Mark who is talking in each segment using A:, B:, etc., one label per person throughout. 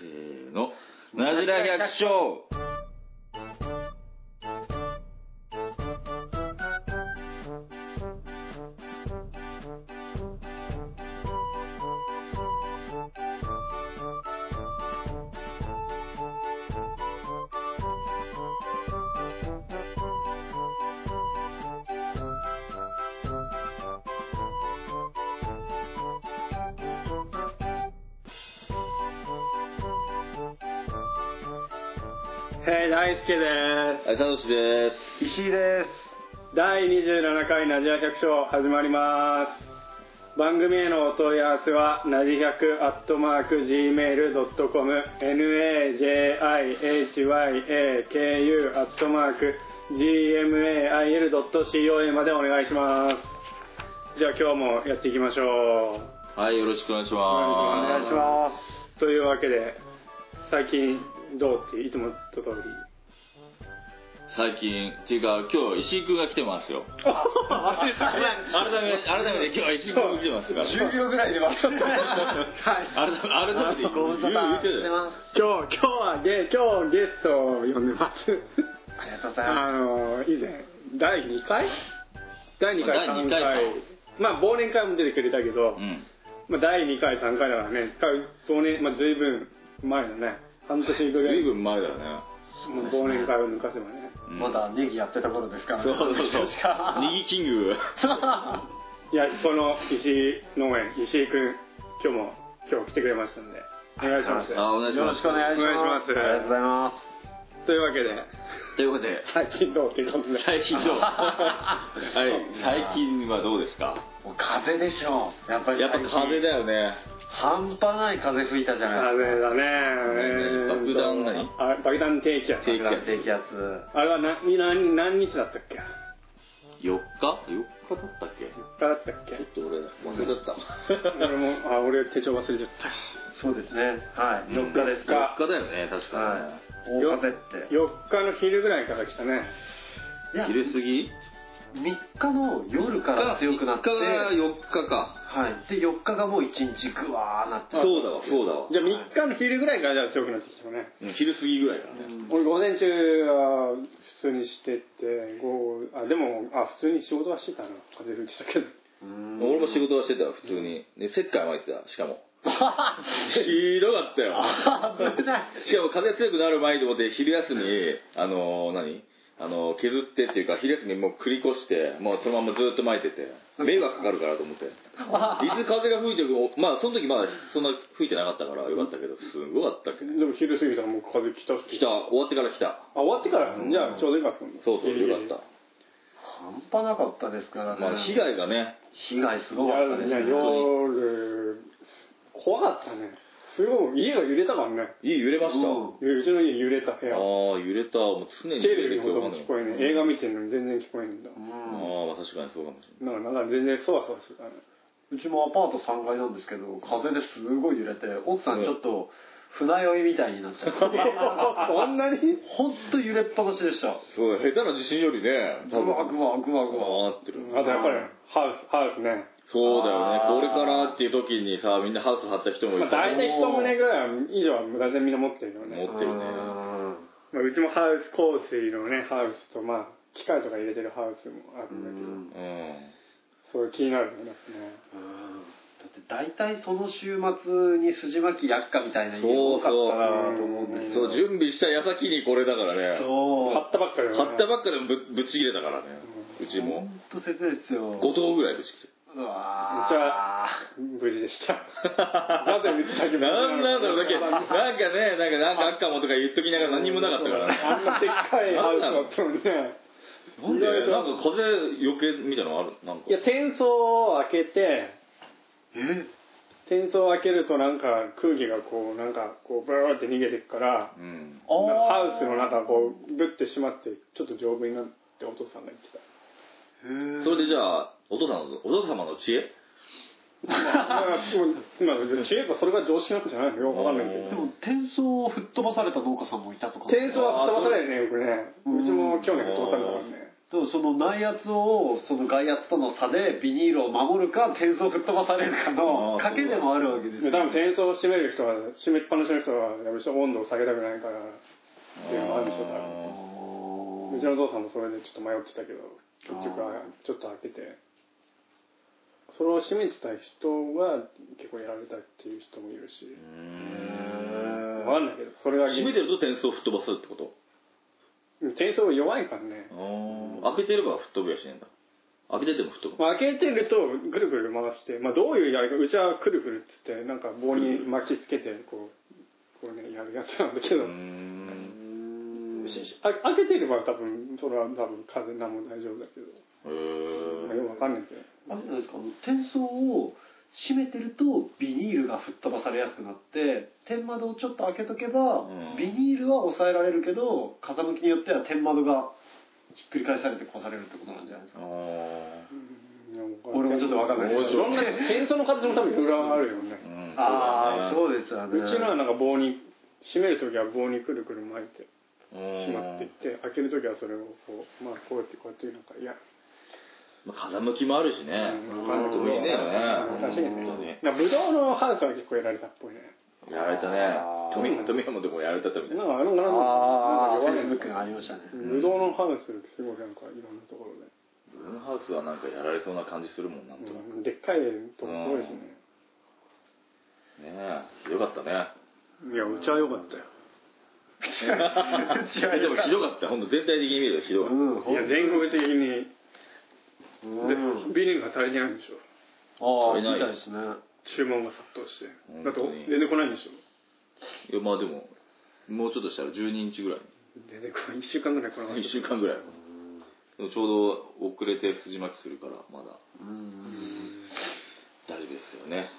A: せーの。なじら百姓
B: はい、大輔で。
A: はい、サトシです
B: 石井です。第27回ナジア百姓始まります。番組へのお問い合わせは、なじ100アットマーク gmail.com、najihyaku アットマーク gmail.co までお願いします。じゃあ今日もやっていきましょう。
A: す。はい、よろしくお願いします。
B: お願いします。というわけで、最近どうっていつもと通り。
A: す。最近、っていうか、今日、石井くんが来てますよ。
B: あれ
A: 改め、改めて今日は石井くんが来てますから。
C: 10秒ぐらいで分かった。
A: 改め、改めて、
D: ご無沙汰し
A: 言う言う
D: てます。
B: 今日、今日はゲ、今日ゲストを呼んでます。
C: ありがとうございま
B: あの、以前、第2回第2回、
A: 第二
B: 3
A: 回
B: 回
A: か。
B: まあ、忘年会も出てくれたけど、
A: うん。
B: まあ、第2回、3回だからね、か忘年、まあ、随分前だね。半年ぐら
A: ず
B: い
A: い、ぶん前だね。
B: もう忘年会を抜かせばね。
A: うん
C: まだネギやってた頃ですから、
A: そうそう
C: 確
A: そう。
C: か
A: ネギキング。
B: いや、この石井農園、石井くん、今日も、今日来てくれましたんで、お願いします。
A: あ、お願いし
C: よ
A: ま
C: ろ
A: す
C: しくお。願いしま
B: お願
C: す。
B: いします
C: ありがとうございま
B: というわけで、
A: ということで、
B: 最近どうっていうことで。
A: 最近どう はい、最近はどうですか
C: す。もう風でしょう。やっぱり
A: やっぱ
C: 最近
A: 風だよね。
C: 半端ない風吹いたじゃない
B: あれだね。
A: 爆弾何
B: あ爆弾低気圧。
A: 低
C: で
A: 気
C: す
A: 圧
C: か。低気圧。
B: あれは何何何日だったっけ
A: 4日 ?4 日だったっけち
B: ?4 日だったっ
A: ょっ
B: け
A: と俺、忘れちゃった。
B: 俺も、あ、俺手帳忘れちゃった。
C: そうですね。はい。4日です
B: か
A: 4日だよね、確か
C: はい。大風って。
B: 4日の昼ぐらいから来たね。
C: いや
A: に。昼過ぎ
C: 3日の夜から強くなって、
A: 3日が4日か。
C: はい。で、4日がもう1日ぐわーなって。
A: そうだわ、そうだわ。
B: じゃあ3日の昼ぐらいからじゃあ強くなってきたね。
A: うん昼過ぎぐらいからね。
B: 俺午前中は普通にしてて、午後、あ、でも、あ、普通に仕事はしてたな。風邪吹いてたけど。
C: うん
A: 俺も仕事はしてたわ普通に。で、石灰巻いてた、しか も。ひどかったよ。
C: 危ない。
A: しかも風強くなる前にと思って昼休みあのー何あのー削ってっていうか昼休みもう繰り越してもうそのままずっと巻いてて迷惑かかるからと 思っていつ風が吹いてるかまあその時まだそんな吹いてなかったからよかったけどすごかったっけど
B: でも昼過ぎたらもう風邪来たし。
A: 来た終わってから来た
B: あ、終わってから、じゃあちょうどよかったもんね
A: そうそうよかった、
C: 半端なかったですからね。
A: まあ被害がね
C: 被害すご
B: い
C: か
B: や
C: ったです
B: いや
C: ね。
B: 夜怖かったねすごい家が揺れたからね
A: いい揺れました、
C: うん
B: うちの家揺れた部
A: あ
B: 屋
A: あ揺れたもう常に
B: テレビ
A: る
B: の音も聞こえねえ映画見てるのに全然聞こえねえんだ
C: う
B: だ
A: ああ
C: ん
A: まあ確かにそうかもしれない
B: からなんか全然そわそわしてたね
C: うちもアパート3階なんですけど、風ですごい揺れて、奥さんちょっと船酔いみたいになっち ゃって、
B: そんなに
C: ほんと揺れっぱなしでした。
A: そう下手な地震よりね多
C: ぐ
A: 分
C: わぐわぐわぐわ。
A: あってる
B: あとやっぱりハウスハウスね
A: そうだよね。
C: あー
A: これからっていう時にさ、みんなハウス張った人もいるから
B: 大体一棟ぐらいは以上は大体みんな持ってるよね、
A: 持ってるね。
B: まあ、うちもハウス香水のねハウスとまあ機械とか入れてるハウスもあるんだけど、
C: うん
B: それ気になるよね
C: うんだって大体その週末に筋巻きやっかみたいな家多かったなと思うんで
A: う
C: す
A: ん。
C: よ
A: そう、準備した矢先にこれだからね。
C: そう
B: 貼ったばっかりだよね
A: 張ったばっかでもぶぶち切れたからね。うち
C: ほ
A: も。
C: んと切ですよ
A: 5頭ぐらいぶち切れ
C: うわ
B: うちは無事でしたなぜうちだけ無事
A: な
B: の
A: ん
B: か
A: なんだろう、だけどなんかね、なんか、なんかあっかもとか言っときながら何にもなかったからね。
B: あんなでっかいハウスだったのにね。
A: なんでなんか風余計みたいなのあるなんか
B: い。や、転送を開けて、
C: え
B: 転送を開けるとなんか空気がこう、なんかこう、ブーって逃げていくから、
A: うん。
C: あー
B: ハウスの中こう、ブッて閉まって、ちょっと丈夫になってお父さんが言ってた。
A: それでじゃあ、お父さんの、お父様の知恵
B: まあ、まあ、まあ知恵ばそれが常識なんじゃないのよくわかんないけ
A: う
B: ど
A: ん。
C: でも転送を吹っ飛ばされた農家さんもいたとか
B: 転送は吹っ飛ばされるね、よくね。うちも去年吹っ飛ばされたからね。
C: でもその内圧をその外圧との差でビニールを守るか点数を吹っ飛ばされるかの
A: あー
C: 賭けでもあるわけです
B: 多
C: よ
B: 分転送を閉める人は閉めっぱなしの人はやっぱり温度を下げたくないからっていうのもあるでしょ多分うちのお父さんもそれでちょっと迷ってたけど結局はちょっと開けてそれを閉めてた人は結構やられたっていう人もいるし分かんないけどそれが
A: 閉めてると点数を吹っ飛ばすってこと
B: 転送が弱いからね、
A: 開けてれば吹っ飛ぶやしねえんだ開けてても吹っ飛ぶ
B: まあ、開けてるとぐるぐる回して、まあ、どういうやり方うちはくるぐるっつってなんか棒に巻きつけてこうこうねやるやつなんだけど、
A: うん
B: ししあ開けてれば多分それは多分風なんも大丈夫だけど、
A: へ
B: まあ、よくわかんないけど
C: あれじゃないですかあの転送を閉めてるとビニールが吹っ飛ばされやすくなって天窓をちょっと開けとけば、
A: うん
C: ビニールは抑えられるけど風向きによっては天窓がひっくり返されて壊されるってことなんじゃないですか
A: え
C: 俺もちょっとわかんないです
B: いろんな転送の形も多分いろいろあるよね、
C: あ
A: う
C: あそうですよね
B: うちのはなんか棒に閉める時は棒にくるくる巻いてしまっていって開ける時はそれをこうまあこうやってこうやってなんかいや
A: まあ風向きもあるしね
B: うん
A: どういいねよね
B: 難しいね
A: 本当に
B: なんかブドウのハウスは結構やられたっぽいね
A: やられたね
C: あー
A: 富富山でもやられたったみたい
B: な
A: なん
B: かあのなん
C: ああ
B: か
C: フ
B: なん
C: ェイス
B: か弱
C: ブッ
B: い
C: クがありましたね
B: ブドウのハウスすごいなんかいろんなところで
A: ブルームハウスはなんかやられそうな感じするもんなんとなく
B: うんでっかいとこすごいしね
A: ねえよかったね
B: いやうちは良かったよ
C: 違
A: でもひどかった本当全体的に見るとひどかっ
C: うん
B: いや全国的に
C: う
B: で
C: ん
B: ビニールが足りないんでしょ
C: ああ
A: 足り
C: み
A: ない
C: たいですね
B: 注文が殺到してだって
A: 本当に
B: 出てこないんでしょ
A: たいやまあでももうちょっとしたら12日ぐらい
B: 出てこない1週間ぐらい来なかった
A: 1週間ぐらいでもちょうど遅れて筋巻きするからまだ
C: うん
A: 大丈夫ですよね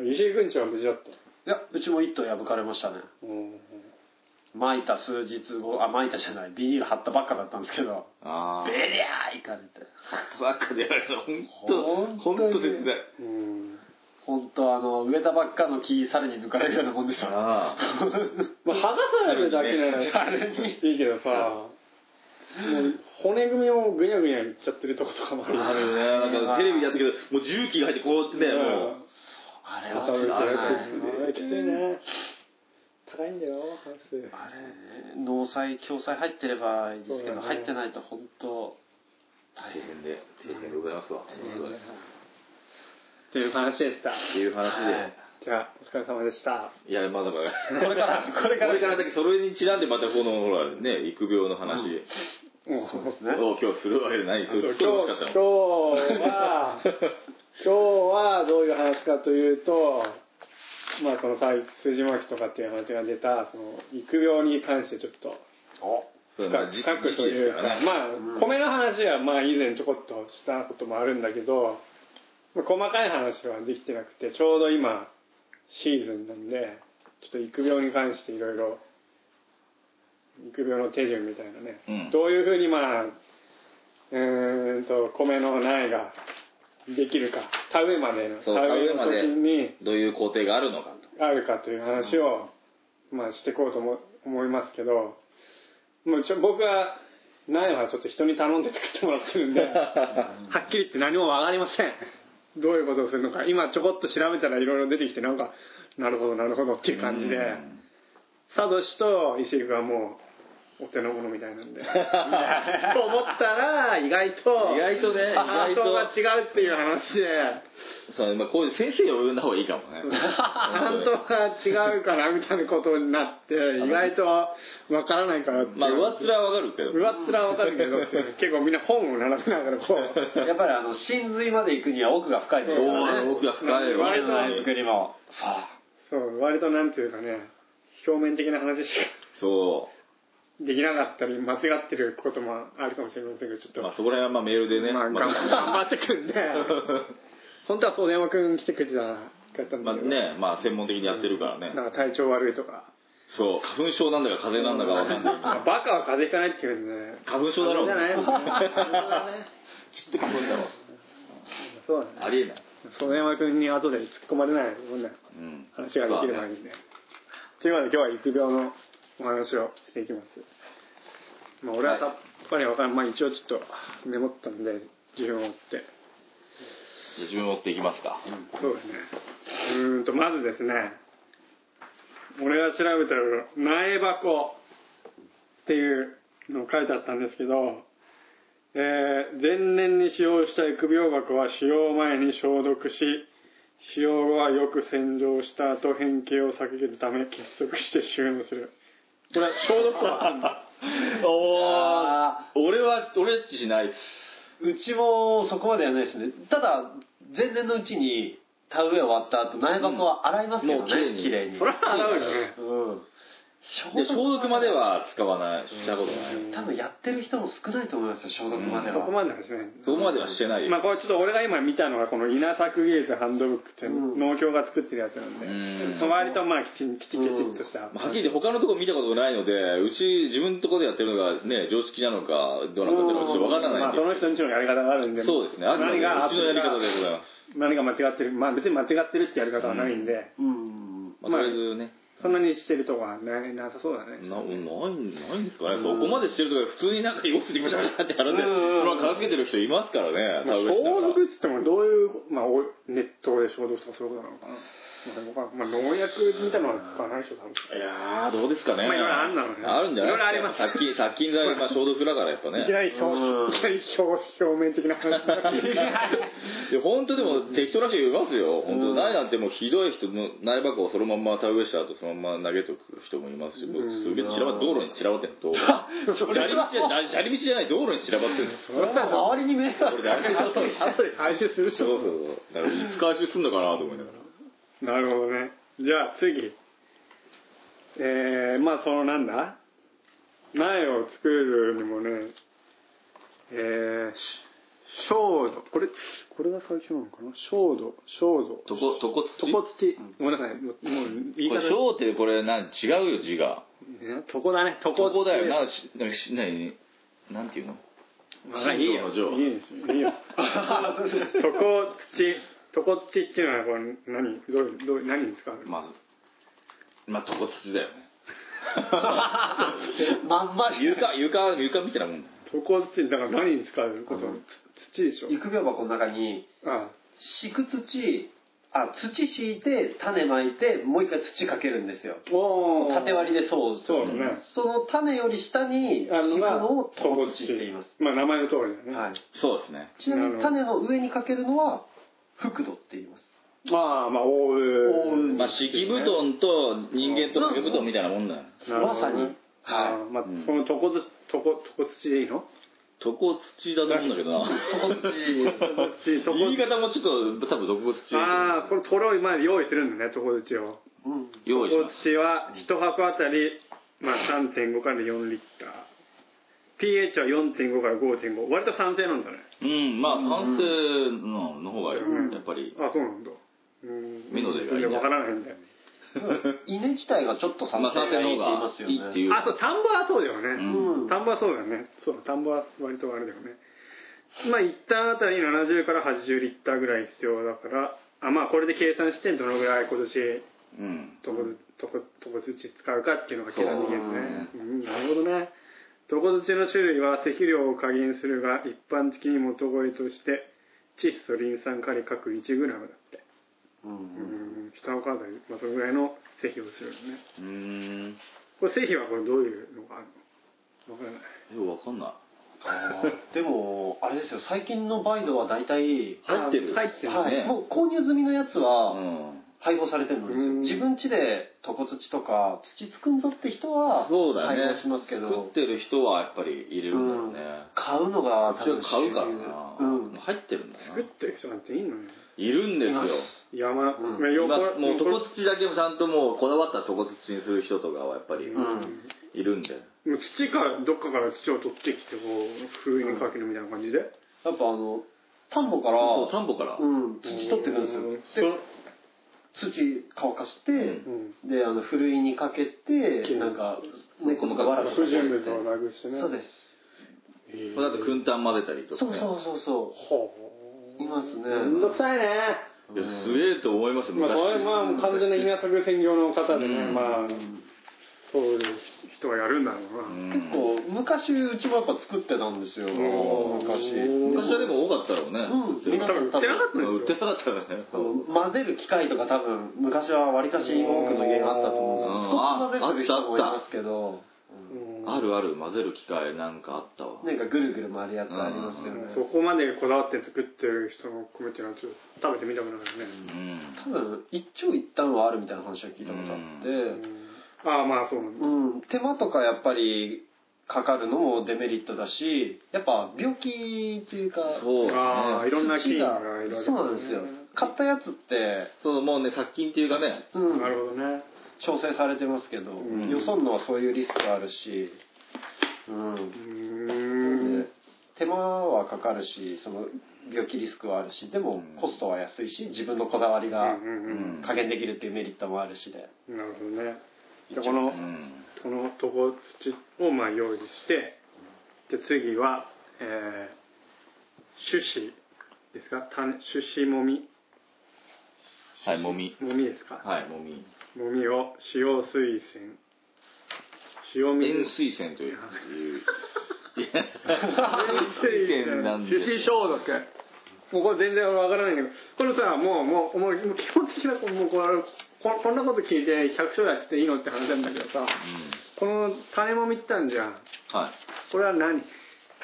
C: うん
B: 石井くんちは無事だった
C: いやうちも一頭破かれましたね
B: うん
C: 巻いた数日後あ巻いたじゃないビニール貼ったばっかだったんですけど
A: あ
C: ベリャーいかれて
A: あばっかでやられた本当
C: 本
A: 本
C: 当に
A: 当絶対
B: うん
C: 本当あの植えたばっかの木さらに抜かれるようなもんでした
A: ああ
B: まあ剥がされるだけなら
C: さらに
B: いいけどさもう骨組みもぐにゃぐにゃいっちゃってるとことかもある
A: あるよねなんかテレビでやったけどもう重機が入ってこうやってねもう
C: あれは
B: 働いて
C: あれ
B: る
C: は
B: あれきついね高いんだよハウス
C: あれね農災共済入ってればいいですけ
B: そ
C: ど、
B: うだね
C: 入ってないと本当
A: 大
C: 大変
A: 変で大変でございますわ本当にっ
B: っていう話でした
A: ていう話で
B: じゃあお疲れ様でした
A: いやまだまだ
C: これからこれ
A: こ
C: から
A: れからだけそれにちなんでまたこのほらね育苗の話
B: もう
C: そうですね
A: を今日するわけじゃないそ
B: 今
A: れ作
B: 日
A: ってほしかっ
B: 今日
A: たの
B: は今日はどういう話かというとまあこの最筋巻きとかっていう話が出たその育苗に関してちょっと
C: お
A: そうね
B: 深く
A: 時
B: 深く
A: 時
B: と
A: 期で
B: い
A: す
B: う
A: か
B: から
A: ね
B: まあ米の話はまあ以前ちょこっとしたこともあるんだけど、まあ、細かい話はできてなくてちょうど今シーズンなんでちょっと育苗に関していろいろ育苗の手順みたいなね、
A: うん
B: どういうふうにまあうーんと米の苗ができるか田植えまでの
A: そう
B: 田植えの
A: 田植え
B: 時
A: まで
B: に
A: どういう工程があるのかと
B: あるかという話を、まあ、していこうとも思いますけど、もうちょ僕は苗はちょっと人に頼んで作ってもらってる んではっきり言って何も分かりませんどういうことをするのか今ちょこっと調べたらいろいろ出てきてなんかなるほどなるほどっていう感じで
A: うん
B: サドシと石井君はもうお手の物みた いなんでと思ったら意外と
A: 意外とね意外
B: 発想が
A: と
B: 違うっていう話で
A: そうまあこういう先生を呼んだ方がいいかもね
B: 担当が違うからみたいなことになって意外とわからないからっていう
A: まあ上っ面はわかるけど
B: 上っ面はわかるけどっ ていう結構みんな本を並べながらこう
C: やっぱりあの真髄まで行くには奥が深いですか
A: そう
C: ら
A: ね
C: ね
A: 奥が深いわ
B: 割
C: 割
B: と
C: と
B: ね
C: ない作りもさ
B: そう割となんていうかね表面的な話しか
A: そ
B: できなかったり間違ってることもあるかもしれませんけどちょっ
A: う
B: と、
A: まあそこら辺はまあメールでね
B: まあ頑
A: ま
B: 張頑張ってくんで本当はそう山君来てくれてたらよかったん
A: ま
B: だ
A: あ
B: けど、
A: ねまあ専門的にやってるからね
B: なんか体調悪いとか
A: そう花粉症なんだか風邪なんだかわかんない
B: あバカは風邪ひかないって言うんで
A: 花粉症だろう
B: じゃない
A: きっと花粉だろう
B: そうだね
A: ありえない
B: 園山君に後で突っ込まれないような
A: うん
B: 話ができればいいね。というわけで今日は育苗のお話をしていきます。まあ、俺はた、
A: はい
B: ぱりわかんまあ一応ちょっとメモったんで、順を追って。
A: じゃあ自分を追っていきますか。
B: そうですね。うーんと、まずですね、俺が調べたら、苗箱っていうの書いてあったんですけど、えー前年に使用した育苗箱は使用前に消毒し、使用後はよく洗浄した後変形を避けるため結束して収納する。これは消毒だったんだ。
A: おお。俺は、俺っちしないです。
C: うちもそこまでやらないですねただ前年のうちに田植え終わった後苗箱は洗いますけどね、
A: もう綺麗に
C: 綺麗に
B: それは洗うよね。
C: うん
A: で消毒までは使わない、したことない。
C: 多分やってる人も少ないと思いますよ消毒まで
B: そ
C: は、
B: こまではですね。
A: そこまではしてないよ。
B: まあこれちょっと俺が今見たのがこの稲作芸術ハンドブックっていう
C: うん
B: 農協が作ってるやつなんで、
A: うん
B: その割とまあきちんきちきちっとした、
A: まあはっきり言って他のとこ見たことないので、うち自分のとこでやってるのがね、常識なのか、どうなのかっていうのはちょっとわからないん
B: まあ
A: で
B: そ。の人のちのやり方があるんで
A: そうですね。あくまでう
B: 何が
A: ちのやり方でございます。
B: 何が間違ってるまあ別に間違ってるってやり方はないんで、
C: うん
A: まあ、とりあえずね、
B: そんなにしてるとこはないなさそうだね
A: なないないんですかね、そこまでしてるとか普通になんか用水でぐしゃぐしゃってやるんで、それは片付けてる人いますからね、
B: まあ、
A: 田植えしなが
B: 消
A: ら
B: 毒っつってもどういう、まあ、おネットで消毒とかそういうことなのかな、まあ僕は、まあ、農薬みたいなのは使わないでしょ多分
A: いやー、どうですかね。
B: まあいろいろあるんだろうね
A: あるんじゃない
B: いろいろあります
A: 殺菌、殺菌剤はまあ消毒だからやっぱ
B: い
A: ね。
B: きなり表
C: うん
B: いきなり表表面的な話になってきた
A: いや、本当でも適当な人いますよ。本当苗なんてもうひどい人の苗箱をそのまんま田植えした後そのまま投げとく人もいますし、もうすげえ散らば、道路に散らばって んの、道路。
C: そ
A: 砂利
C: れ
A: 道
C: は
A: じゃ砂利道じゃない道路に散らばってんの。
C: それは周りに迷惑
A: これ誰
C: かけ
B: あとで回収するでし
A: そう
B: ょ
A: そうそう。だからいつ回収すんのかなと思いながら。
B: なるほどね。じゃあ次。えー、まあそのなんだ苗を作るにもね、えー、し焦土。これ、これが最初なのかな焦土、焦土。
A: とこ、とこ土
B: 床土。ごめんなさい。もう、もう言い
A: こ
B: 方
A: れ、小ってこれ、なん、違うよ、字が。
B: ね床だね。床
A: ここだよ。なんかし、なんかし、なに、なんていうの
B: まあいいよ。
A: 上
B: いいですよ。いい よ。床土。床土っていうのはこれ何どういう、どういう、何に使うの
A: まあ、まあ、とこ土だよね。
C: まんまし
A: 床、床、床みたいなもんだよ。
B: 床土、だから何に使うこと土でしょ
C: 育苗箱の中に
B: あ
C: 敷く土あ土敷いて種まいてもう一回土かけるんですよ
B: お
C: 縦割りでそう
B: そうだね。
C: その種より下に敷く
B: あのが
C: のを床土って言います、
B: まあ名前の通りだね。
C: はい、
A: そうですね。
C: ちなみに種の上にかけるのは覆土って言います
B: まあまあ大
C: 覆う
B: う。
A: まあ、敷布団と人間と掛け布団みたいなもんだよ。
C: まさに
B: は。
C: はい
B: まあ
A: うん
B: そのとこずとことこ土でいいの？
A: とこ土だと思うんだけどな。
C: 床土
B: 土と こ。
A: 言い方もちょっと、多分、どこ土。
B: ああこれこれを今用意するんだねとこ土を。
C: うん
B: と
A: 用
B: こ
A: 意します。
B: 土は一箱あたりまあ3.5から4リッター。pH は4.5から5.5。割と酸性なんだね。
A: うん、まあ、酸性の、の方が、
B: うん
A: やっぱり。
B: あそうなんだ。うん。
A: ミノデがいいんだ
B: わからないんだよ。
C: 稲自体がちょっと酸
A: まあ、
C: 性が
A: 酸
C: いいって
A: 性
C: 言い
A: の方
C: ま
A: が
C: すよ
A: い
C: ね
A: いっていう。
B: あそう田んぼはそうだよね。
C: うん
B: 田んぼはそうだよねそう田んぼは割とあれだよねまあ一旦あたり70から80リッターぐらい必要だからあまあこれで計算してどのぐらい今年
A: うん。
B: とこどことこ土使うかっていうのが計算できるんです
A: そ
B: ねうん、なるほどねとこ土の種類は適量を加減するが一般的に元肥として窒素リン酸カリ各 1g だってうん下のカードに、まあ、そのぐらいの施肥をするのね
A: うーん。
B: これ施肥はこれどういうのがあるのわからない
A: え、わかんない。
C: あーでもあれですよ最近のバイドは大体、
A: 入ってる
B: 入ってるね、
C: はい、もう購入済みのやつは、
A: うん。
C: 配合されてるのですよ
B: うん
C: 自分家で床土とか土作んぞって人は
A: そうだね
C: 配合しますけ
A: 作っ
C: ど
A: てる人は、やっぱり入れるんだよね。
C: 買うのが多
A: 一応
C: 分
A: 買うから
C: 主流
A: な。
C: うん
A: 入ってるんだな
B: 作っ。てる人なんていいのよ
A: いるんです
C: いま
A: よ。
C: す
B: 山、
C: うん
A: 今
B: まあ横
A: もう
B: 横
A: 床土だけもちゃんともうこだわった床土にする人とかはやっぱり
C: うん
A: いるんで、
B: もう土からどっかから土を取ってきてこう風にかけるみたいな感じで、
C: やっぱあの田んぼから
A: そう田んぼから、
C: うん、土取ってくるんですよで土乾かして、
B: うん
C: であのふるいにかけてなんか猫とかわらとか
B: 不純物をなくしてね、
C: そうですす
B: えー
A: これだと燻炭混ぜたりとか、
C: そ
A: ね、
C: うそうそうそ
B: ほ
C: ういますね
B: うめんどくさいね
A: いやすげえと思いますよ
B: まあこれまあもう完全な稲作専業の方でね、
A: うん
B: まあそういう人はやるんだろうな、
C: 結構昔うちもやっぱ作ってたんですよ
B: おー
C: 昔
B: うん
A: 昔はでも多かったろうね、
C: うん
A: 売ってなかっ
B: 多分売ってなかった
A: た売
B: ん
A: っ
B: で
A: てなかったか
B: すよ
A: らね
C: その混ぜる機械とか多分昔はわりかし多くの家があったと思うんです
A: う
C: よ
A: ん
C: 少し混ぜてる人もい
B: うん
C: ますけど
A: あるある混ぜる機会なんかあったわ
C: なんかぐるぐる回るやつありますよね
B: そこまでこだわって作ってる人の米っていうのはちょっと食べてみたくなるよ
A: うん
B: ね、
C: 多分一長一短はあるみたいな話は聞いたことあって、
B: うんああまあそうなんだ、
C: うん、手間とかやっぱりかかるのもデメリットだしやっぱ病気っていうか
A: そう
B: ああ
A: ね
B: いろんな菌
C: 土
B: が
C: が
B: いるわけだね
C: そうなんですよ買ったやつって、
A: そうもうね殺菌っていうかね
C: うん、
B: なるほどね
C: 調整されてますけど、
B: うん
C: よそんのはそういうリスクあるし、うん
B: う
C: で
B: ん
C: 手間はかかるしその病気リスクはあるしでもコストは安いし自分のこだわりが
B: うんうん
C: 加減できるっていうメリットもあるしで、
B: うんなるほどねでこの
A: うん
B: この床土をまあ用意してで次は、えー、種子ですか種種子もみ
A: はいもみ
B: もみですか、
A: はいもみ
B: もみを使用水洗塩水
A: 塩水泉といういう塩
B: 水
A: 水泉なんで
B: 手指消毒もうこれ全然俺わからないんだけどこれさもうもうもうもう基本的なこもうこれここんなこと聞いて百姓やしていいのって話なんだけどさ
A: うん
B: この種もみったんじゃん
A: はい
B: これは何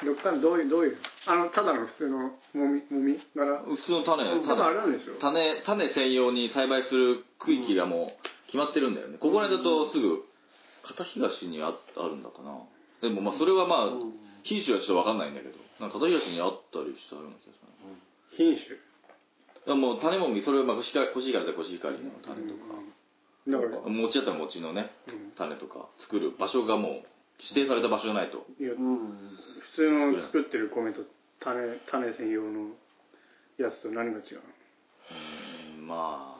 B: どっからどういうどういうあのただの普通のもみもみ柄
A: 普通の種
B: ただあれなんでしょ
A: 種種専用に栽培する区域がもう決まってるんだよね、ここら辺だとすぐ片東にああるんだかなでもまあそれはまあ、品種はちょっと分かんないんだけどなんか片東にあったりしたような気がする
B: 品種
A: だからもう種もみそれはまあコシヒカリコシヒカリだったらコシヒカリの種とか、
B: だから、
A: 餅だったら餅のね
B: うん
A: 種とか作る場所がもう指定された場所じゃないと
B: いや
C: うん、
B: 普通の作ってる米と種種専用のやつと何が違
A: うん
B: うの
A: まあ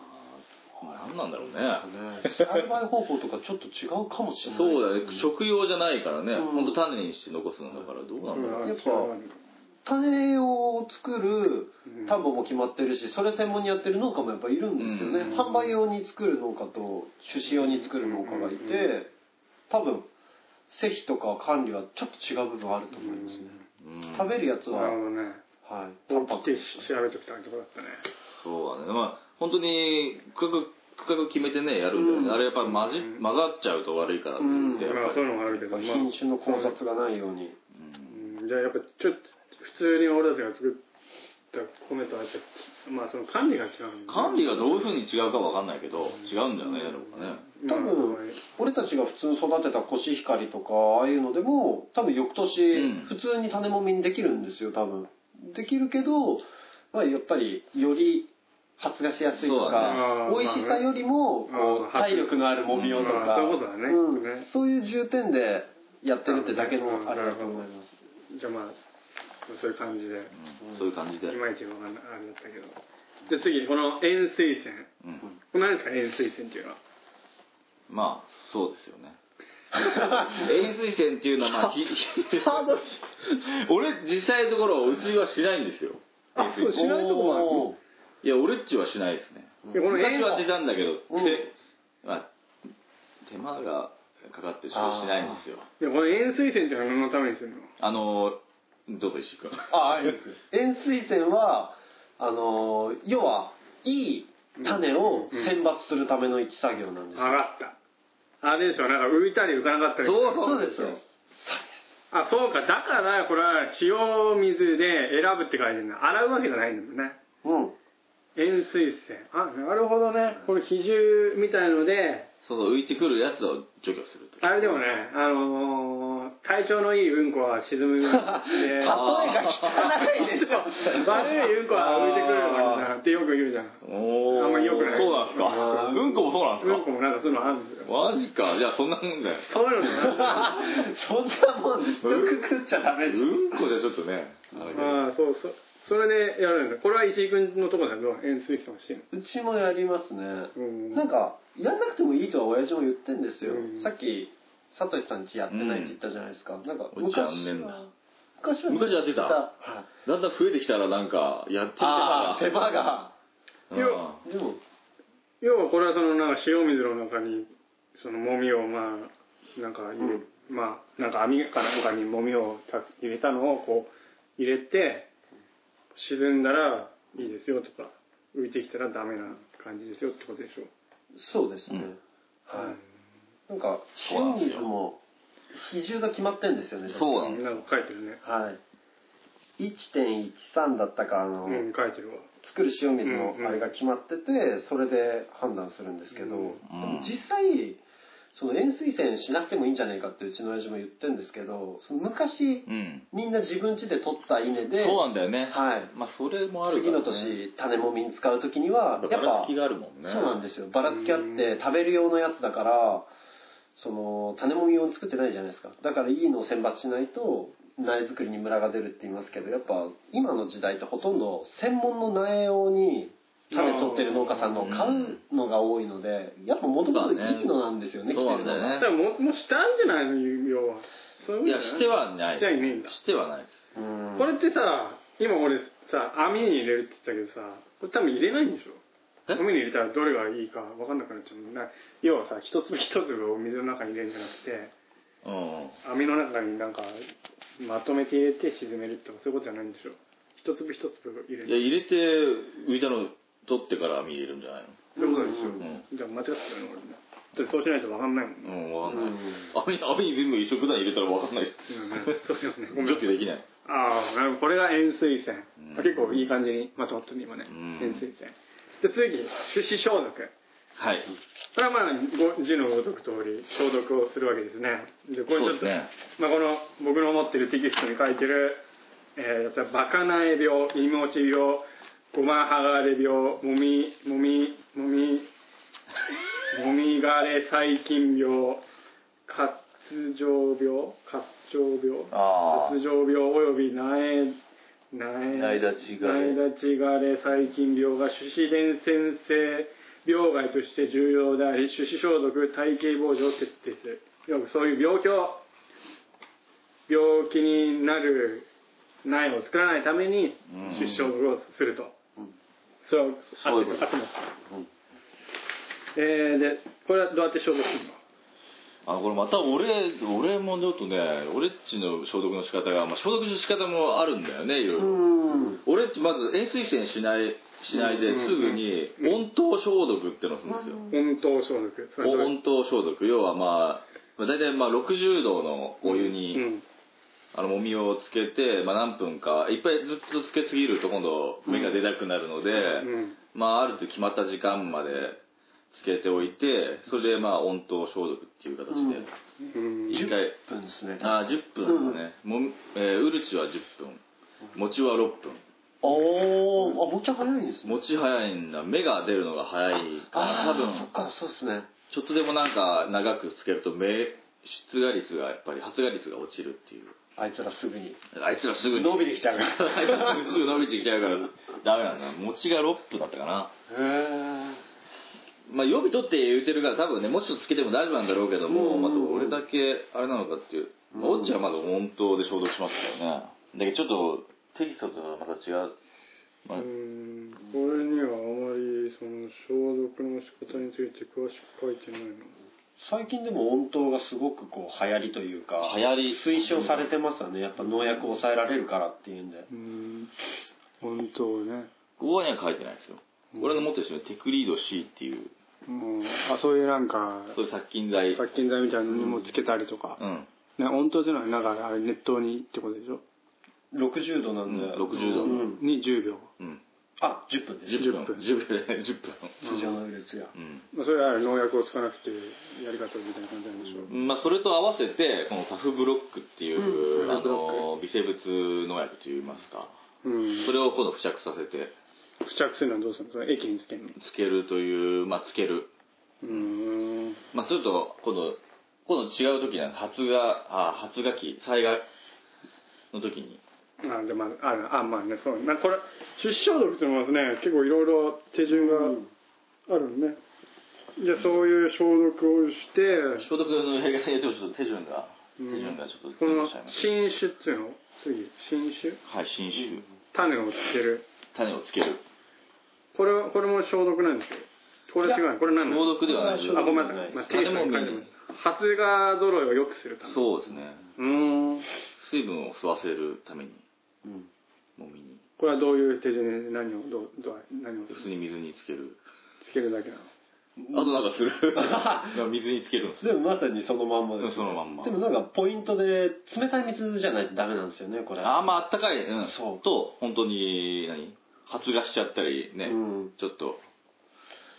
A: 何なんだろうね
C: 栽培方法とかちょっと違うかもしれない
A: そうだね食用じゃないからね、
C: うん
A: ほんと種にして残すんだからどうなんだろう、
B: うん
C: やっぱ種を作る
B: うん
C: 田んぼも決まってるしそれ専門にやってる農家もやっぱいるんですよね、
A: うん
C: 販売用に作る農家と種子用に作る農家がいて多分施肥とか管理はちょっと違う部分あると思いますね、
A: うん
C: 食べるやつは、
B: なる
C: はい
B: ほどね
C: 淡泊
B: 来て調べときたいとこだったね
A: そうだねまあ本当に区画区画決めてねやるんだよね、
C: うん
A: あれやっぱ混じ
B: うん
A: 混ざっちゃうと悪いからって言ってやっ
B: まあ
A: ぱ
B: そう
A: り、
B: いうのもあるけどまあ
C: 品種の考察がないように、
B: うんじゃあやっぱちょっと普通に俺たちが作った米とはちょっとまあその管理が違うんだ
A: 管理がどういうふうに違うかわかんないけど違うんじゃないだろうかね、
B: まあ
C: 多分俺たちが普通に育てたコシヒカリとかああいうのでも多分翌年、
A: うん
C: 普通に種もみにできるんですよ多分できるけど、まあ、やっぱりより発芽しやすいと
A: そうだ
C: か
A: ね、
B: あー
C: 美味しさよりも
B: まあ
C: こ
B: あ
C: う
B: ー
C: 体力のあるもみをと
B: まあ
C: か、
B: そういうことだね
C: うん
B: ね
C: そういう重点でやってるってだけのあれだと思います、
B: じゃあまあそういう感じで
A: うんそういう感じで、う
B: い
A: ん
B: まいちわかんないあれだったけどで次この塩水泉これ何ですか塩水泉っていうのは
A: まあそうですよね 塩水泉っていうのはまあひ 俺実際のところうちはしないんですよ
B: あそうしないとこもある
C: おー
A: いや俺っちはしないですね
B: でこの
A: 昔
B: 塩
A: はしてたんだけど、
C: うん
A: 手まあ、手間がかかってしょうしないんですよ
B: でこの塩水泉っていうのは何のためにするの
A: あのーどうぞ石井君
C: ああいいです塩水泉はあのー要はいい種を選抜するための一作業なんですよ、
B: 分かったあれでしょなんか浮いたり浮かなかったり
A: そう
C: そうですよ
B: あそうかだからこれは塩水で選ぶって書いてるんだ洗うわけじゃないんだもんね
C: うん
B: 塩水泉あなるほどねこれ比重みたいので
A: そうそう浮いてくるやつを除去すると
B: あれでもねあのー体調のいいうんこは沈むで
C: 例え
B: 悪
C: が汚いでしょ
B: いうんこは浮いてくるわけじゃんってよく言うじゃん
A: おー
B: あんまり良くない
A: そうなんですかうんこもそうなんで
B: うんこもなんかそういうのあるんです
A: す
B: よ
A: かマジかじゃあそんなもんだよ
B: そういうのもある
C: そんなもん服食っちゃダメでしょ
A: うんこじゃちょっとねあれだけど
B: ああ そうそうそれでやるんだこれは石井君のとこだけど塩水泉はしてる
C: うちもやりますね
B: うん
C: なんかやんなくてもいいとは親父も言ってんですよ
B: うん
C: さっきサトシさん家やってないって言ったじゃないですかなんか
A: うち
C: 昔
A: はねんな
C: は昔は
A: 昔やってた
C: はい
A: だんだん増えてきたらなんかやってみて
C: あ
A: た
C: ー手間が
A: うん
B: よ
C: でも
B: 要はこれはそのなんか塩水の中にそのもみをまあなんか入れ、
C: うん
B: まあなんか網かなんかにもみをた入れたのをこう入れて沈んだらいいですよとか浮いてきたらダメな感じですよってことでしょ
C: そうですね、
A: うん
C: はい
B: い
C: なんか
A: そうなん
C: 春
A: です
C: 菊
A: よ
C: も比重が決まってんですよね
A: そうなの
B: なんか書いてるね
C: 確かはい1.13だったかあの、
B: うん書いてるわ
C: 作る塩水の
B: うんうん
C: あれが決まってて、それで判断するんですけど、
B: うん
A: うん
C: でも実際その塩水栓しなくてもいいんじゃないかってうちの親父も言ってるんですけどその昔
A: うん
C: みんな自分家で取った稲で、
A: そうなんだよね
C: はい、
A: まあそれもあるか
C: 次
A: らね
C: の年種もみに使う時には
A: だか
C: やっ
A: ら
C: ぱ
A: 隙、があるもんね
C: そうなんですよばらつきあっ
B: う
C: て食べる用のやつだからその種もみを作ってないじゃないですかだからいいのを選抜しないと苗作りにムラが出るって言いますけどやっぱ今の時代ってほとんど専門の苗用に種取ってる農家さんのを買うのが多いのでやっぱもともといいのなんですよね
A: そうな
C: 来てる
A: ん
C: の
A: だ
C: が
A: よね
B: だからもうもうしたんじゃないの要はそ
A: い
B: ういう
A: や
B: ことじ
A: し
B: ゃな
A: てはない
B: しちゃいねえんだ
A: してはないです
C: うん
B: これってさ今俺さ網に入れるって言ったけどさこれ多分入れないんでしょ
A: え
B: 網に入れたらどれがいいか分かんなくなっちゃうもんな要はさ一粒一粒を水の中に入れるんじゃなくて
A: うん
B: 網の中になんかまとめて入れて沈めるとかそういうことじゃないんでしょ一粒一粒入れ
A: いや入れ
B: る
A: て浮いたの取ってから見えるんじゃない
B: そういうことでしょ、
C: うん
B: じゃあ間違ってたよね俺ねそうしないと分かんないもんね、
A: のうんわかんない、
C: うん
A: 網網に全部一緒普段入れたらわかんない
B: うんねそうよねごめん
A: 除去できない
B: ああなるほどこれが円錐線、
A: うん
B: 結構いい感じにまとまったね今
A: う
B: ね、
A: ん
B: 円錐線で次手指消毒
A: はい
B: これはまあご字のごとく通り消毒をするわけですねでこ
A: そう
B: れち
A: です
B: ょっと、
A: ね
B: まあ、この僕の持ってるテキストに書いてる、えー、やつはバカナエ病イモチ病ゴマハガレ病もみもみもみもみがれ細菌病滑状病滑腸病
A: あ
B: 発情病および苗苗
A: 苗立ち枯れ
B: 苗立ち枯れ細菌病が種子伝染性病害として重要であり種子消毒体系防除を徹底するよくそういう病気を病気になる苗を作らないために
A: うん
B: 種子消毒をすると、それは
A: そういうこと
B: 合ってます
C: うん
B: えー、でこれはどうやって消毒するの
A: あのこれまた俺俺もちょっとね俺っちの消毒の仕方が、まあ、消毒の仕方もあるんだよねいろいろ、
C: うん
A: 俺っちまず塩水栓しないしないで
B: うん
A: すぐに温湯消毒ってのをするんですよ、
B: 温湯消毒それはどう
A: 温湯消毒要はまあまあ大体まあ60度のお湯に、
B: うん
A: あのもみをつけて、まあ、何分かいっぱいずっとつけすぎると今度芽が出なくなるので、
B: うん
A: まああると決まった時間までつけておいてそれでまあ温湯消毒っていう形
B: うん
A: で一回、
C: 10分ですね
A: あー10分だね、もみえーうるちは10分餅は6分
C: おーあもうちょい早いですね
A: 餅早いんだ芽が出るのが早いから
C: あ
A: 多
C: あそ
A: 分
C: っかそうですね
A: ちょっとでもなんか長くつけると芽出芽率がやっぱり発芽率が落ちるっていう
C: あいつらすぐに
A: あいつらすぐに
C: 伸びてきちゃうから
A: はいすぐ伸びてきちゃうからダメなんだ餅が6分だったかな
C: へ
A: まあ予備取って言うてるから多分ねもうちょっとつけても大丈夫なんだろうけども、
C: うん
A: また俺だけあれなのかっていう、まあ、オッチはまだ温湯で消毒しますからねだけどちょっとテキストとはまた違う、まあ
B: うーんこれにはあまりその消毒の仕方について詳しく書いてないの
C: 最近でも温湯がすごくこう流行りというか
A: 流行り
C: 推奨されてますよねやっぱ農薬を抑えられるからっていうんで
B: うーん本当ね
A: ここには書いてないですよ
B: うん
A: 俺の持ってる人はテクリード C っていう
B: もうあそういうなんか
A: そういう殺菌剤
B: 殺菌剤みたいなのにもつけたりとか
A: う、ん
B: ね温湯っていうのはなんかあれ熱湯にってことでしょ
C: 60度な
A: うん
C: で、
A: ん60度
C: うん
B: に10秒、
A: うん
C: あ10分です
A: 10分
B: 10分
A: 10分10分
C: 通常のウイルスが
A: うん
B: まあ、それはあれ農薬を使わなくてやり方みたいな感じなんでしょう、
A: まあ、それと合わせてこのタフブロックっていう、
B: うん
A: あの微生物農薬といいますか
B: うん、
A: それを今度付着させて
B: 付着するのはどうするのそれ液につけるの
A: つけるというまあつける
B: うーん
A: まあすると今度今度違う時なんか発芽あ発芽期災害の時に
B: あでもあるあまあねそうなこれ出資消毒っていうのはね結構いろいろ手順があるね、じゃあそういう消毒をして、
A: 消毒の弊害性とちょっと手順が手
B: うん
A: 順がちょっと
B: こ
A: 出
B: の
A: ちゃいました
B: 新種っていうの次新種
A: はい新種、
B: 種をつける
A: 種をつける
B: これはこれも消毒なんですよこれ違うこれ何な
A: 消
B: の
A: 毒ではない
C: 消
B: あ
C: 毒
B: ごめんなさい、まあ、
A: 種
B: テ
A: も
B: に
A: み
B: 書いてます発芽揃いを良くするため
A: そうですね
B: うーん
A: 水分を吸わせるために
C: うん
A: もみに
B: これはどういう手順で何をどうどう何を
A: 普通に水につける
B: つけるだけなの
A: あとなんかする なんか水につけるんですよ
C: でもまさにそのまんまです、
A: そのまんま
C: でもなんかポイントで冷たい水じゃないとダメなんですよねこれ
A: あーまああったかい、うん、
C: そう
A: と本当に何発芽しちゃったりね、
C: うん
A: ちょっと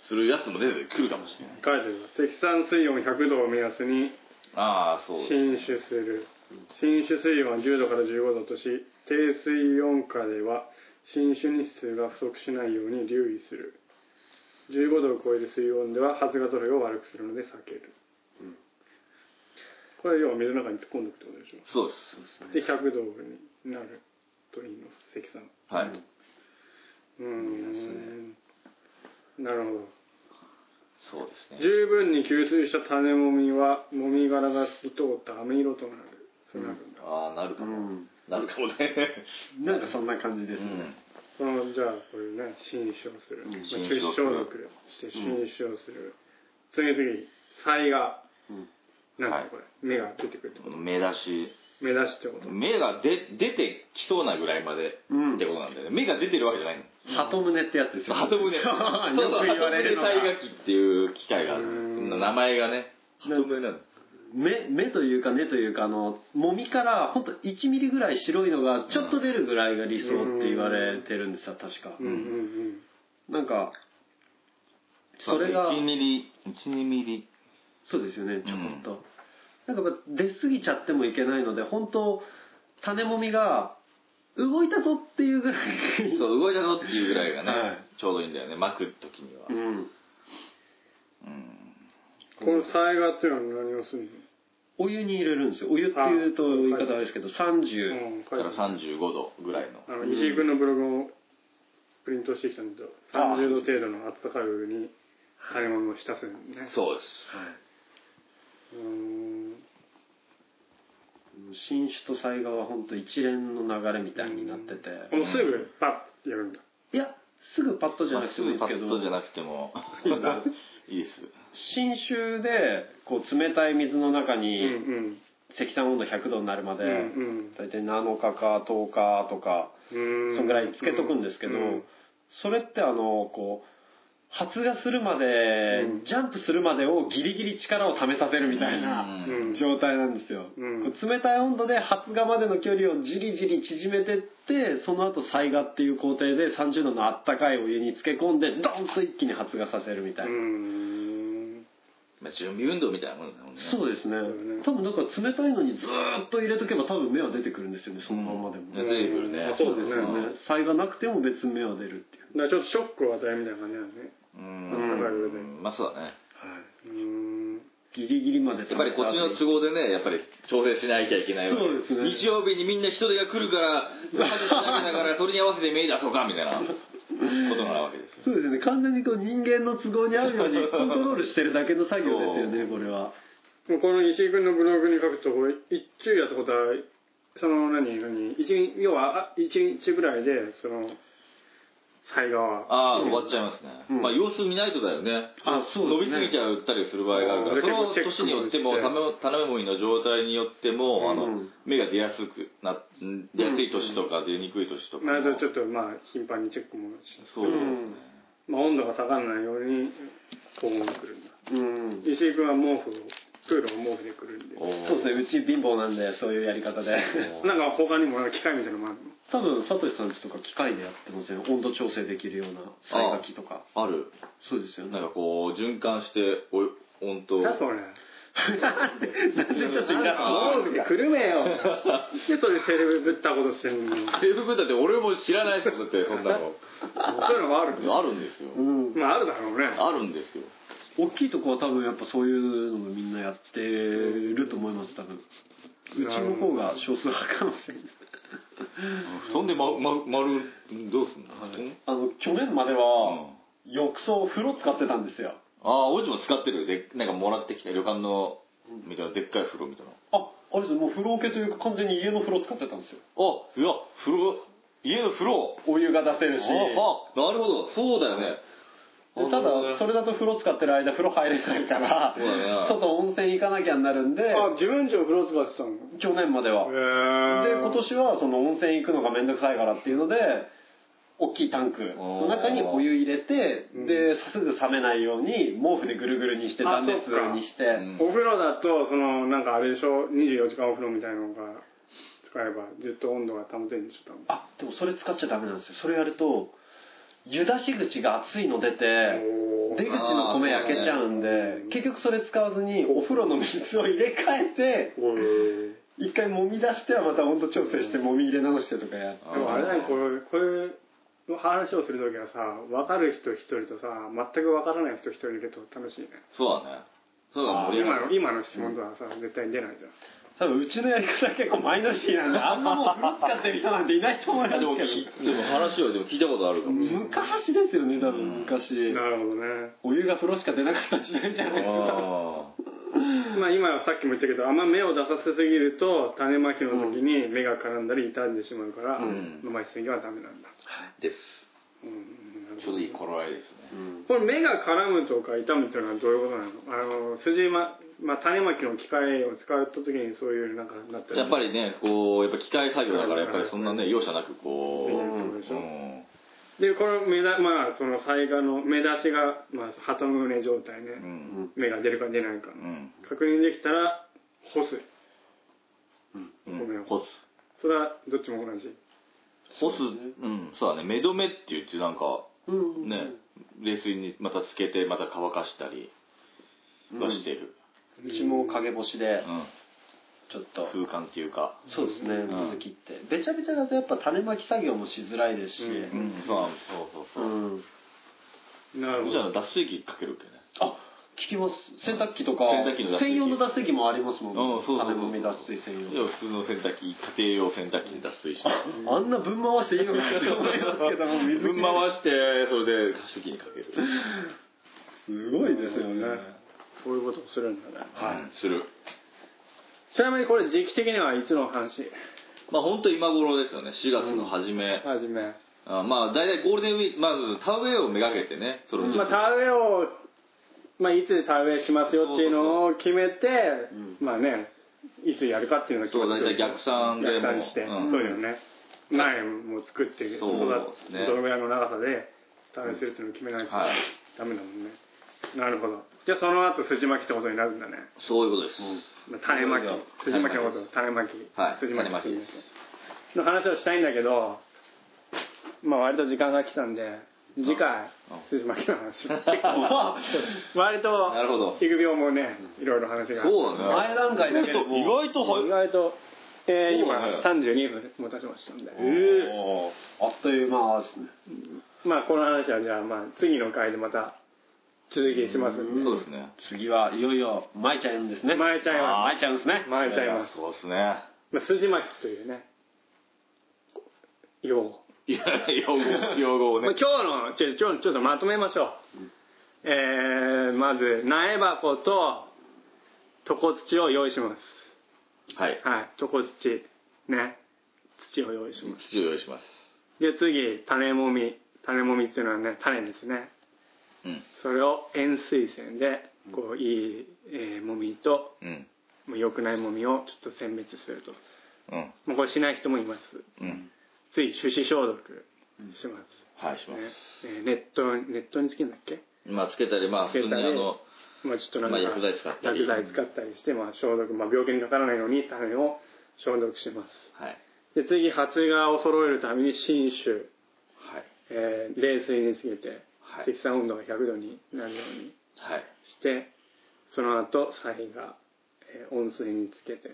A: するやつも出てくるかもしれない
B: 書いてある積算水温100度を目安に
A: ああそうです
B: 浸酒する浸酒水温は10度から15度とし低水温下では浸酒日数が不足しないように留意する15度を超える水温では発芽度合いを悪くするので避ける、
C: うん
B: これ要は水の中に突っ込んでいくってことでしょ
A: そうで
C: そうですね
B: で100度になるといいの積算
A: すはい、
C: うん
B: うーんなるほ
A: そう
B: ど
A: ですね
B: 十分に吸水した種もみはもみ殻が透き通った飴色となるそうなるんだ、
A: ああなるか
C: う
A: も、
C: ん
A: なるかもね、
C: なんかそんな感じで
A: う
C: すね、
A: ん、
B: そのじゃあこれね新種をする、
C: うん
B: まあ、
A: 新
B: 出
A: 種をする
B: 生毒して新種をする、次々菜が
C: うん
B: なん
A: はい
B: だこれ、芽が出てくるってこと
A: 目出し
B: 目出しってこと
A: 目が出出てきそうなぐらいまで、
C: うん
A: ってことなんだよね目が出てるわけじゃないの
C: 鳩胸ってやつですよね
A: 鳩胸
C: よ
A: そうそう
C: く言われるのが
A: 鳩胸体芽器っていう機械がある
B: うん
A: 名前がね鳩胸なの
C: 目目というか根というかあのもみからほんと1ミリぐらい白いのがちょっと出るぐらいが理想って言われてるんですよ確か
B: うんうんうん
C: なんかそれが
A: 1ミリ1ミリ
C: そうですよねちょこっと、なんかやっぱ出過ぎちゃってもいけないので本当種もみが動いたぞっていうぐらい
A: そう動いたぞっていうぐらいがね、
C: はい
A: ちょうどいいんだよね巻く時には、
C: うん
A: うん
B: この菜がっていうのは何をするの
C: お湯に入れるんですよお湯っていうと言い方あれですけど30、
B: うん
A: だ
B: 書い
A: か
B: て
A: ら
B: ある
A: 35度ぐらいの
B: あの石井君のブログをプリントしてきたんだけど
C: あ
B: 30度程度の温かいお湯に種もみを浸すんだよね
A: そうで
B: うーん
C: 新種と災害は本当一連の流れみたいになってて、
B: このすぐパッてやるんだ
C: いやすぐパッと
A: す
C: じゃ
A: ま
C: な
A: あ
C: く
A: す
C: てもい
A: ぐ
C: いで
A: パ
C: すけ
A: ッとじゃ
C: ど
A: なくて も
B: いいんだ
A: いいです
C: 新種でこう冷たい水の中
B: う
C: に
B: ん
C: 積算温度100度になるま
B: う
C: で、
B: んうん
C: 大体7日か10日とか
B: うん
C: そんぐらいつけとくんですけど、
B: うん
C: それってあのこう発芽するまで、
B: うん
C: ジャンプするまでをギリギリ力を試させるみたいな
A: うん
B: うん
C: 状態なんですよ、
B: うん
C: こう冷たい温度で発芽までの距離をじりじり縮めてってその後再芽っていう工程で30度のあったかいお湯に漬け込んでドンと一気に発芽させるみたいな、
B: うん
A: まあ、準備運動みたいなもんだもんね
C: そうですね
B: ん
C: 多分なんか冷たいのにずーっと入れとけば多分芽は出てくるんですよねそのまんまでも、
A: うん出てくるね
B: あそうですね
C: そうね災がなくても別に芽は出るっていう
B: だからちょっとショックを与えるみたいな感じなのね
A: うん
B: うん
A: まあそうだね
B: うん
C: ギリギリまで
A: やっぱりこっちの都合でねやっぱり調整しなきゃいけないわけ
C: そうですね
A: 日曜日にみんな人手が来るから 家事しなきゃだからそれに合わせてメイ出そうかみたいなことなわけですよ
C: そうですね完全にこう人間の都合に合うようにコントロールしてるだけの作業ですよねこれは
B: もうこの石井君のブログに書くとこれ一昼夜ってことはその何何一日要はあ一日ぐらいでその災害は
A: ああ終わっちゃいますね、
C: うん
A: まあ様子見ないとだよね
C: あそうですね
A: 伸びすぎちゃったりする場合があるから
B: うん
A: その年によっても
B: 結
A: 種も
B: 構
A: 種もみの状態によっても、あ
C: う
A: の
C: ん
A: 芽が出やすくな出やすい年とか出にくい年とかも
B: なるとちょっとまあ頻繁にチェックもし
A: そうですね、
C: うん
B: まあ温度が下がらないように保温くるんだ
C: うん
B: 石井君は毛布をプールを毛布でくるんで
A: おー
C: そうですねうち貧乏なんでそういうやり方で
B: なんか他にもなんか機械みたいなのもあるの
C: 多分サトシさんちとか機械でやってません温度調整できるような災害機とか
A: ある
C: そうですよ
A: な
C: ね
A: んかこう循環してお温度
B: 何それ
C: なんで なんでちょっとイラ
A: あ
B: 毛布でくるめよでそれセレブぶったことしてんのに
A: セーブブだって俺も知らないですよだってそんなの
B: そういうのもある
A: あるんですよ
C: ッうん
B: まああるだろうね
A: あるんですよ
C: 大きいとこは多分やっぱそういうのもみんなやってると思います多分うちの方が少数派かもしれない
A: そんで、ま、ま、丸、どうすんの、うん
C: あの去年までは浴槽風呂使ってたんですよ
A: ああ、おじも使ってるよ。で、なんかもらってきた旅館の、みたいな、でっかい風呂みたいな。あ、
C: ああれですもう風呂桶というか完全に家の風呂使ってたんですよ
A: いや、風呂、家の風呂。
C: お湯が出せるし
A: ああ、なるほど。そうだよね。あ
C: でただそれだと風呂使ってる間風呂入れないから
A: そうだな
C: 外温泉行かなきゃになるんで
B: あ、自分ちの風呂使ってたのへ
C: 去年まではで
B: え
C: 今年はその温泉行くのが面倒くさいからっていうので大きいタンクの中にお湯入れて
B: うん
C: でさすぐ冷めないように毛布でぐるぐるにして
B: あ
C: 断
B: そ
C: 熱
B: っか
C: にして
A: うん
B: お風呂だとそのなんかあれでしょ24時間お風呂みたいなのが使えばずっと温度が保てるんでしょ多分
C: あでもそれ使っちゃダメなんですよそれやると湯出し口が熱いの出て
B: お
C: 出口の米焼けちゃうんで
B: あーそうだね
C: 結局それ使わずにお風呂の水を入れ替えて
B: ー
C: 一回揉み出してはまた温度調整して揉み入れ直してとかやって
B: でもあれだねこうこういう話をするときはさ分かる人一人とさ全く分からない人一人いると楽しいね
A: そうだね。そうだ、盛り上が
B: 今
A: る。
B: の今の質問とはさ絶対に出ないじゃん
C: 多分うちのやり方結構マイノリティな んであんまもう風呂使ってる人なんていないと思います
A: でも、き
C: け
A: でも話はでも聞いたことあるか
C: ど
A: も。
C: 昔ですよね多分昔
B: なるほどね
C: お湯が風呂しか出なかった時代じゃないですか
A: あ
B: まあ今さっきも言ったけどあんま目を出させすぎると種まきの時に目が絡んだり傷んでしまうから、
A: ん
B: 飲ましすぎはダメなんだ、
A: ーです。
B: うんなる
A: ちょう
B: ほ
A: ど
B: ど
A: いい頃合いですね。
B: これ目が絡むとか痛むっていうのはどういうことなのあの筋ま、まあ、種まきの機械を使った時にそういうなんかなったり
A: やっぱりね、こう、やっぱ機械作業だから、やっぱりそんなね、容赦なくこう、
B: うん
A: ん
B: でこれ目だまあその災害の目出しが、まあ、鳩胸状態ね、
A: うん。
B: 目が出るか出ないか、
A: うん。
B: 確認できたら干す
A: うん
B: ごめん
A: 干す。
B: それはどっちも同じ
A: 干す、うん、そうだね、目止めって言ってなんか、
C: うん
A: ね、冷水にまたつけて、また乾かしたりはしてる。
C: うちも陰干しで
A: うん。
C: ちょっと
A: 空間っていうか。
C: そうですね
A: ん
C: 水切ってべちゃべちゃだとやっぱ種まき作業もしづらいですし
B: う
A: うん、そうなんそうそう
C: う
A: そう。
C: ん
B: なるほ
A: じゃ
B: ど
A: あ脱水機かけるけどね。
C: あ聞きます洗濯機とか
A: 洗濯機の脱水機
C: 専用の脱水機もありますもんね
A: うんそうそうそう
C: 種もみ脱水専
A: いや
C: 用
A: 普通の洗濯機家庭用洗濯機に脱水して
C: あんなぶん回していいの かなと思いますけども水切
A: 分
C: り
A: 回してそれで加湿器にかける
C: すごいですよね
B: そういうことをするんだね
A: はいする
B: ちなみにこれ時期的にはいつの話
A: まあ本当今頃ですよね4月の初め、
B: 初めま
A: あまあ大体ゴールデンウィークまず田植えをめがけてねそれを
B: あ田植えを、まあ、いつ田植えしますよっていうのを決めてまあねいつやるかっていうのを決
A: そう大
B: め
A: 体
B: て
A: 逆算で
B: 逆
A: もう
B: 算して、
A: うん
B: そうだよね苗も作って育
A: そうですね
B: どのぐらいの長さで田植えするっていうのを決めないと
A: はい
B: ダメだもんね、なるほどじゃあその後筋巻きってことになるんだね
A: そういうことです、
B: まあ種まき
A: そう
B: 筋
A: いう
B: 巻
A: こ
B: きのことと種まき
A: はい
B: 筋
A: 種まきです
B: の話をしたいんだけどまあ割と時間が来たんで次回
A: うん
B: 筋巻きの 話を
C: まあ
B: 割と
A: なるほど
B: 育苗もねいろいろ話が
A: そうだね
C: 前段階だけ
A: 意
C: ども
A: 外と
B: 意
A: 早い
B: 外と、えー
A: そう
B: 今
A: だね
B: 32分も経ちましたんで
A: え
C: あっという間ですね
B: まあこの話はじゃあまあ次の回でまた続きしますんで
A: そうですね
C: 次はいよいよ巻いちゃうんですね
B: 巻いちゃいます
C: あー巻いちゃうんですね
B: 巻いちゃいます、
A: そうですね
B: まあ、筋巻きというね用語
A: いや用語用語を
B: まあ
A: ね
B: 今日のちょちょちょっとまとめましょう、えーまず苗箱と床土を用意しま
A: はい
B: すはい床土ね土を用意します
A: 土を用意します
B: で次種もみ種もみっていうのはね種ですね
A: うん
B: それを円錐線でこういい、えーもみと
A: うん
B: まあ良くないもみをちょっと選別すると、
A: うん
B: まあ、これしない人もいます
A: うん
B: 次手指消毒します、
A: はいします、
B: ねえーネットネットにつけるんだっけ
A: まあつけたりまあ
B: つ
A: 普通
B: けた
A: に
B: り
A: あの
B: まあちょっとなんか
A: まあ薬剤使ったり
B: 薬剤使ったりして、まあ、消毒、まあ、病気にかからないように種を消毒し
A: は
B: ま
A: い
B: すで次発芽を揃えるために新種、
A: はい
B: えー冷水につけて
A: はい
B: 適酸温度が100度になるように
A: はい
B: してその後才が、えー温水につけて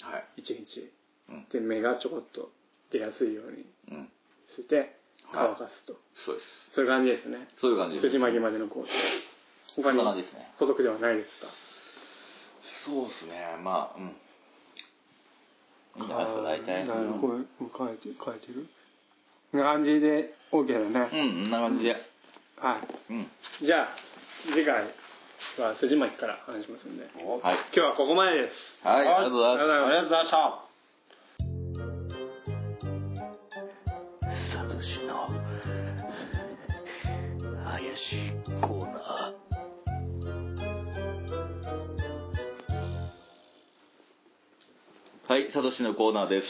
A: はい
B: 1日
A: うん
B: で芽がちょこっと出やすいように
A: うん
B: して乾かすと、
A: そうです
B: そういう感じですね
A: そういう感じです
B: 筋巻きまでの工程他
A: んな
B: に
A: 感じですね
B: 補足ではないですか
A: そうですねまあうんいいんじゃないですか大体
B: なるほどこれ変えて変えてる感じで OK だ
A: う
B: ね、
A: んこんな感じで
B: は
A: うん
B: いじゃあ次回は筋巻きから話しますんで今
A: はい
B: 日はここまでです
A: はいありがとうござい
B: ありがとうござ
A: ま
B: いますす
C: ありがとうございました
D: サトシの怪しい
A: はい、サトシのコーナーです。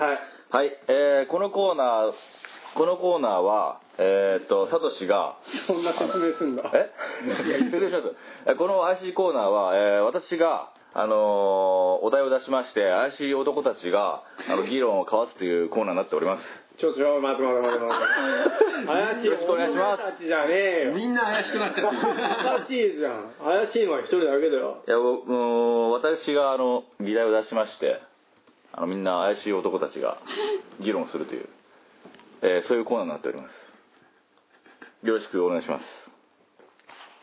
B: はい。
A: はい、えー、このコーナー、このコーナーは、えー、っと、サトシが、
B: そんな説明すんだ。
A: え失礼しますえこの IC コーナーは、えー私が、あのーお題を出しまして IC 男たちがあの議論を交わすというコーナーになっております
B: ちょちょ、待って待って待って待って。怪しい。
A: よろしくお願いします
B: 女たちじゃねえよ。
C: みんな怪しくなっちゃってる
B: おかしいじゃん。怪しいのは一人だけだよ。
A: いや僕もう私があの議題を出しましてあのみんな怪しい男たちが議論するという、えーそういうコーナーになっておりますよろしくお願いします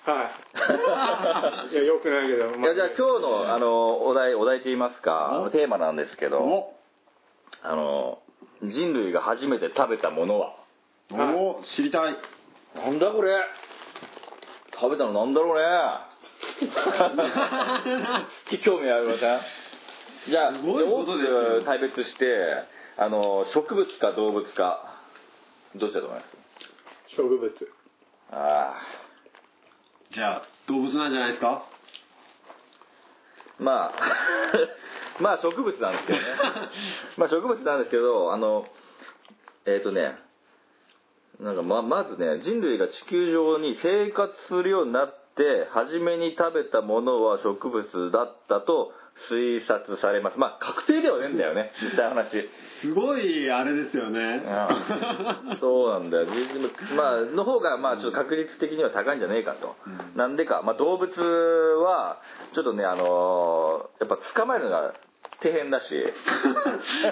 B: はい。いや、よくないけど。
A: いやじゃあ今日のあのお題お題といいますかテーマなんですけど
C: お
A: あの人類が初めて食べたものは
C: お知りたい
A: なんだこれ食べたのなんだろうね 興味ありませんじゃあ
C: すごいことですよ
A: 大きく大別してあの植物か動物かどっちだと思います
B: 植物。
A: あ
C: じゃあ動物なんじゃないです
A: あ
C: か
A: まあ まあ植物なんですけどねまあ植物なんですけどあのえっ、とねなんかままずね人類が地球上に生活するようになって初めに食べたものは植物だったと推察されますまあ確定ではねえんだよね実際の話
C: すごいあれですよ ね
A: ああそうなんだよ実まあの方がまあちょっと確率的には高いんじゃねえかと、なんでか、まあ、動物はちょっとねあのーやっぱ捕まえるのが手変だし
C: 植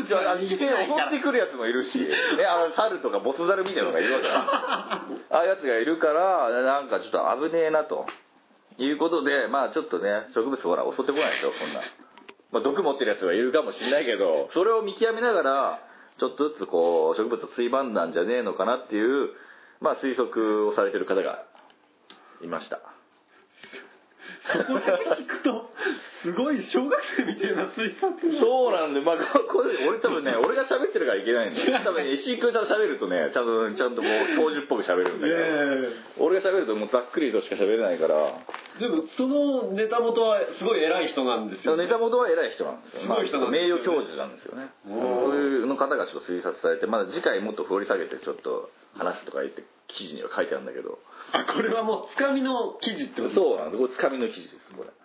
C: 物
A: じゃあ
C: は
A: 来
C: 逃
A: て
C: げ
A: 襲
C: ないか
A: ってくるやつもいるし、ね、あの猿とかボス猿みたいなのがいるわけだああいうやつがいるからなんかちょっと危ねえなということでまあちょっとね植物ほら襲ってこないでしょそんな、まあ、毒持ってるやつがいるかもしれないけどそれを見極めながらちょっとずつこう植物をついばんだんじゃねえのかなっていう、まあ、推測をされてる方がいました
C: そこだけ聞くとすごい小学生みたいな推察
A: そうなんで、まあ、ここれ、俺多分ね、俺が喋ってるからいけないんだよ。多分ね、石井君さん喋るとね、ちゃんと、ちゃんとこう、教授っぽく喋るんだけど、
C: え
A: 俺が喋るともうざっくりとしか喋れないから、
C: えでもそのネタ元はすごい偉い人なんですよ、
A: ネタ元は偉い人なんですよ。
C: すごい人なんです
A: 名
C: よね
A: 誉教授なんですよね。
C: おー
A: そういうの方がちょっと推察されて、まだ次回もっと掘り下げてちょっと話すとか言って、記事には書いてあるんだけど、
C: あこれはもうつかみの記事ってこと
A: そうなんです。これ、つかみの記事です、これ。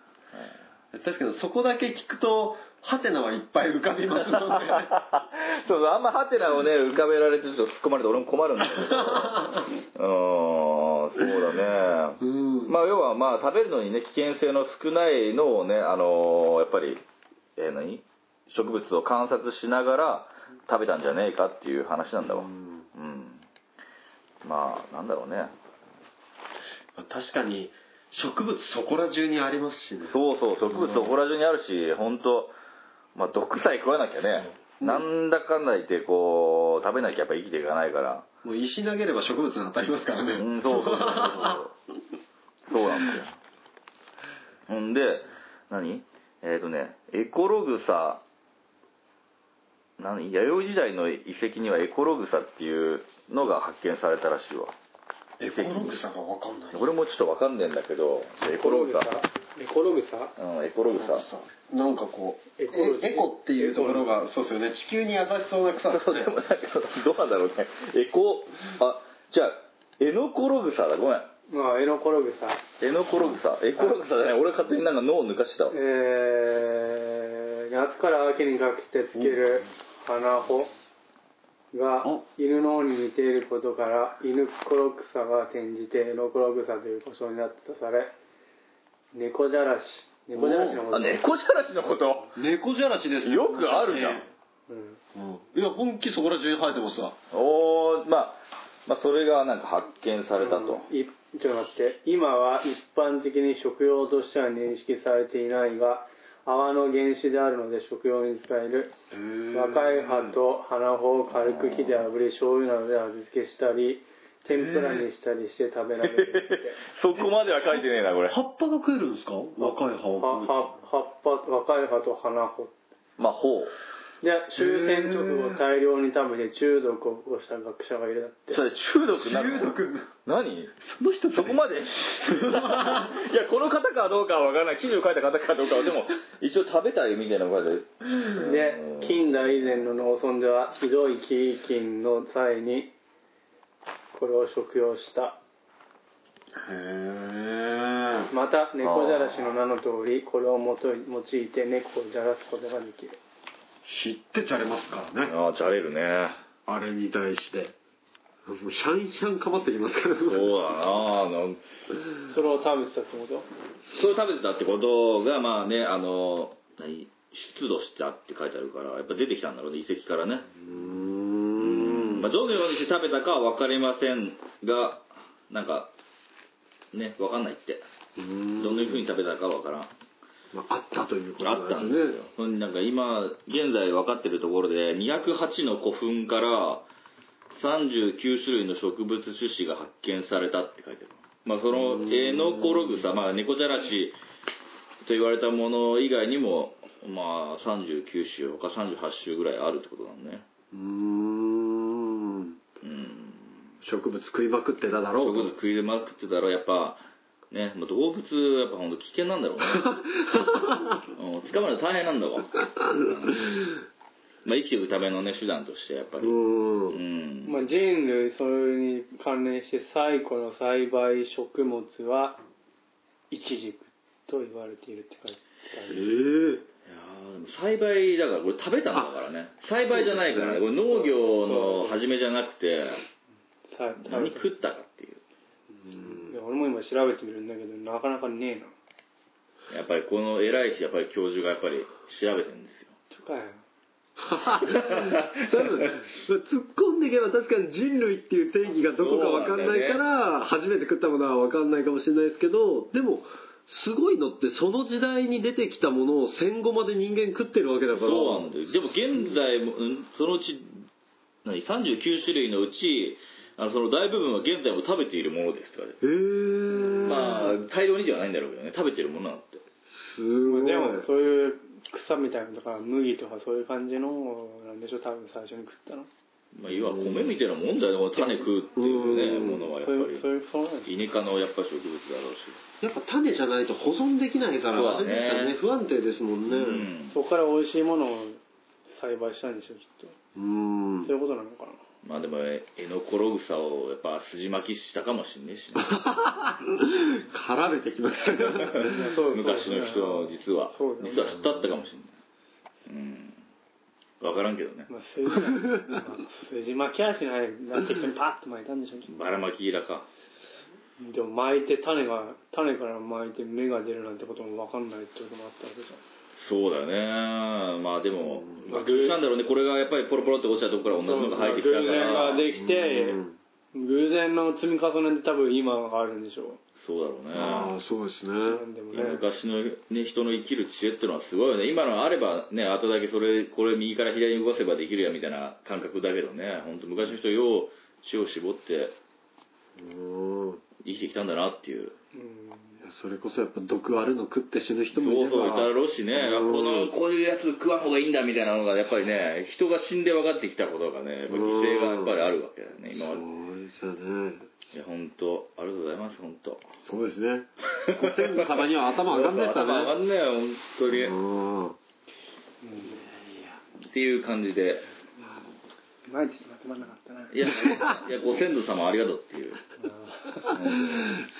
C: 確かにそこだけ聞くとハテナはいっぱい浮かびますもんね
A: そうあんまハテナをね浮かべられてちょっと突っ込まれて俺も困るんだ けどうーん そうだね
C: うん
A: まあ要はまあ食べるのにね危険性の少ないのをねあのーやっぱりえー何植物を観察しながら食べたんじゃねえかっていう話なんだわうん、まあなんだろうね
C: 確かに植物そこら中にありますしね
A: そうそう植物そこら中にあるし本当まあ毒さえ食わなきゃねなんだかんだ言ってこう食べなきゃやっぱ生きていかないから
C: もう石投げれば植物に当たりますからね、
A: うん、そうそうそうそう そう。そうなんですよ。ほんで、何えっ、とね、エコログサ、何弥生時代の遺跡にはエコログサっていうのが発見されたらしいわ。
C: エコログさがわかんない
A: これもちょっとわかんねえんだけど、エコログサ。
B: エコログサ
A: うん、エコログサ。
C: なんかこう
B: エコロジー
C: えエコっていうところがそうですよね地球に優しそうな草です
A: そう
C: ね
A: でもなんか、どうなんだろうね。エコ、あ、じゃあ、エノコログサだ、ごめん。
B: まあ、エノコログサ。
A: エノコログサ。エコログサじゃない、俺勝手になんか脳を抜かしてたわ。
B: えー、夏から秋にかけてつける花穂が
C: お
B: 犬の方に似ていることから犬コロクサが転じてエノコロクサという故障になったとされ猫じゃらし猫じゃらしのこ
A: あ、
B: と
A: 猫じゃらしのこと
C: 猫じゃらしですね
A: よくあるじゃん
B: うん
C: うんいや本気そこら中に生えてますわ
A: おー、まあ、まあそれがなんか発見された と、
B: いちょっと待って今は一般的に食用としては認識されていないが泡の原種であるので食用に使える若い葉と花穂を軽く火で炙り醤油などで味付けしたり天ぷらにしたりして食べられるって
A: そこまでは書いてねえなこれ
C: 葉っぱが食えるんですか若い葉
B: はは葉っぱ若い葉と花穂
A: まあほう
B: じゃあ終戦直後大量に食べて中毒を起こした学者がいるだって
A: それ中毒なの何
E: その人
A: そこま でいやこの方かどうかは分からない記事を書いた方かどうかはでも一応食べたいみたいな声で
B: で近代以前の農村ではひどい飢饉の際にこれを食用した
C: へ
B: また猫じゃらしの名の通りこれをもと用いて猫をじゃらすことができる
C: 知ってじゃれますからね
A: ああじゃれるね
C: あれに対してもうシャンシャンかまってきますから
A: そうだなあの
B: それを食べてたってこと
A: そう食べてたってことがまあねあの何出土したって書いてあるからやっぱ出てきたんだろうね遺跡からね
C: うーん
A: まあ、どのようにして食べたかは分かりませんがなんかね分かんないって
C: う
A: どん
C: ん
A: なふうに食べたかは分からん
C: まあ、あったということ
A: あった
C: ん
A: ん
C: で
A: ですす
C: ね
A: よほんでなんか今現在分かってるところで208の古墳から39種類の植物種子が発見されたって書いてあるまあそのエノコログサまあ猫じゃらしと言われたもの以外にもまあ39種他38種ぐらいあるってことだね
C: うーん
A: うん
C: 植物食いまくってただろ
A: そう
C: う
A: いうこと
C: と
A: 食いまくってたらやっぱねもう動物やっぱ本当危険なんだろうね、うん、捕まるの大変なんだわ、うんまあ、生きていくためのね手段としてやっぱり
C: うー
A: うんん
B: まあ、人類それに関連して最古の栽培食物はイチジクと言われているって書いて
C: ええ
A: いやーでも栽培だからこれ食べたんだからね栽培じゃないからねこれ農業の初めじゃなくて
B: あるさ
A: 何食ったかっていう
B: いや俺も今調べてみるんだけどなかなかねえな
A: やっぱりこの偉いしやっぱり教授がやっぱり調べてるんですよ
B: ちょかよ
C: 多分突っ込んでいけば確かに人類っていう定義がどこか分かんないから、初めて食ったものは分かんないかもしれないですけどでもすごいのってその時代に出てきたものを戦後まで人間食ってるわけだから
A: そうなんだよでも現在も、うんそのうち何39種類のうちあのその大部分は現在も食べているものですって書いて
C: へえ
A: あるまあ大量にではないんだろうけどね食べてるものなんて
C: すごい
B: でもそういう草みたいなのとか麦とかそういう感じのなんでしょ多分最初に食ったの
A: まあいわば米みたいなもんだよねこの種食うっていうね
C: う
A: も
C: ん
A: のはやっ
B: そういう
A: ぱ
B: そ
A: り
B: ういうそうなんです
A: イネ科のやっぱ植物だろうし
C: やっぱ種じゃないと保存できないから
A: そうだね
C: あれですからね不安定ですも
A: う
C: んね
A: ん
B: そこから美味しいものを栽培したんでしょきっと
C: うん
B: そういうことなのかな
A: まあでもねエノコログサをやっぱ筋巻きしたかもしんねえしね
C: 絡めてきますけど
B: そう
A: 昔の人は実は
B: そうだね
A: 実は知ったったかもしんないうん分からんけどね
B: まあ、数字まあ数字巻きはしないなんて人にパッと巻いたんでしょきっ
A: ばらまきイラか
B: とでも巻いて種が種から巻いて芽が出るなんてことも分かんないってこともあったわけじゃ
A: そうだよねまあでも学習したんだろうねこれがやっぱりポロポロって落ちたとこから同
B: ん
A: じのが生えてきたか
B: 偶然
A: ら
B: ができて偶然の積み重ねで多分今があるんでしょ
A: そうだろう
C: あ
A: ね
C: あそうですね
B: うなんでもね
A: 昔の、ね、人の生きる知恵ってのはすごいよね今のあればね後だけそれこれ右から左に動かせばできるやみたいな感覚だけどね本当昔の人よう知恵を絞って
C: うん
A: 生きてきたんだなっていう
B: うん
C: いやそれこそやっぱ毒あるの食って死ぬ人
A: そう
C: もいれば
A: そういたろうしね
C: うん
A: このこういうやつ食わん方がいいんだみたいなのがやっぱりね人が死んで分かってきたことがねやっぱ犠牲がやっぱりあるわけだよね今まで
C: そうですよね
A: いや本当ありがとうございます本当
C: そうですねご先祖様には頭上がんないですよ
A: 頭上が
C: ね
A: んないよ本当に、っ
C: うん
A: ていう感じで
B: 毎日まとまんなかったない
A: やいやご先祖様ありがとうっていう
C: す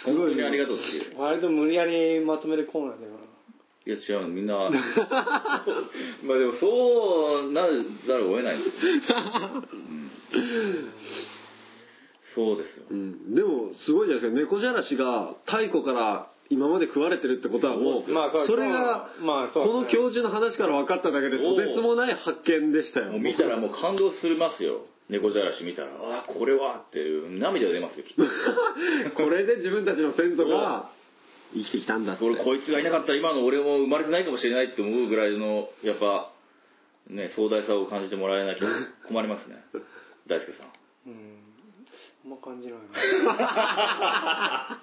A: 本
C: ご
A: 当
C: い
A: にあり
C: ね
A: がとうっていう
B: 割と無理やりまとめるコーナーだよ
A: いや違うのみん なまあでもそうなるざるを得ない、 うんそうですよ
C: うんでもすごいじゃないですか猫じゃらしが太古から今まで食われてるってことはもう
B: まあそう
C: それが
B: まあ
C: こ
B: そうですね
C: の教授の話から分かっただけでとてつもない発見でしたよ
A: もう見たらもう感動するますよ猫じゃらし見たらああこれはっていう涙出ますよ きっと
C: これで自分たちの先祖が生きてきたんだって
A: これこいつがいなかったら今の俺も生まれてないかもしれないって思うぐらいのやっぱね壮大さを感じてもらえ なきゃ困りますね大輔さん
B: なうんそんな感じないな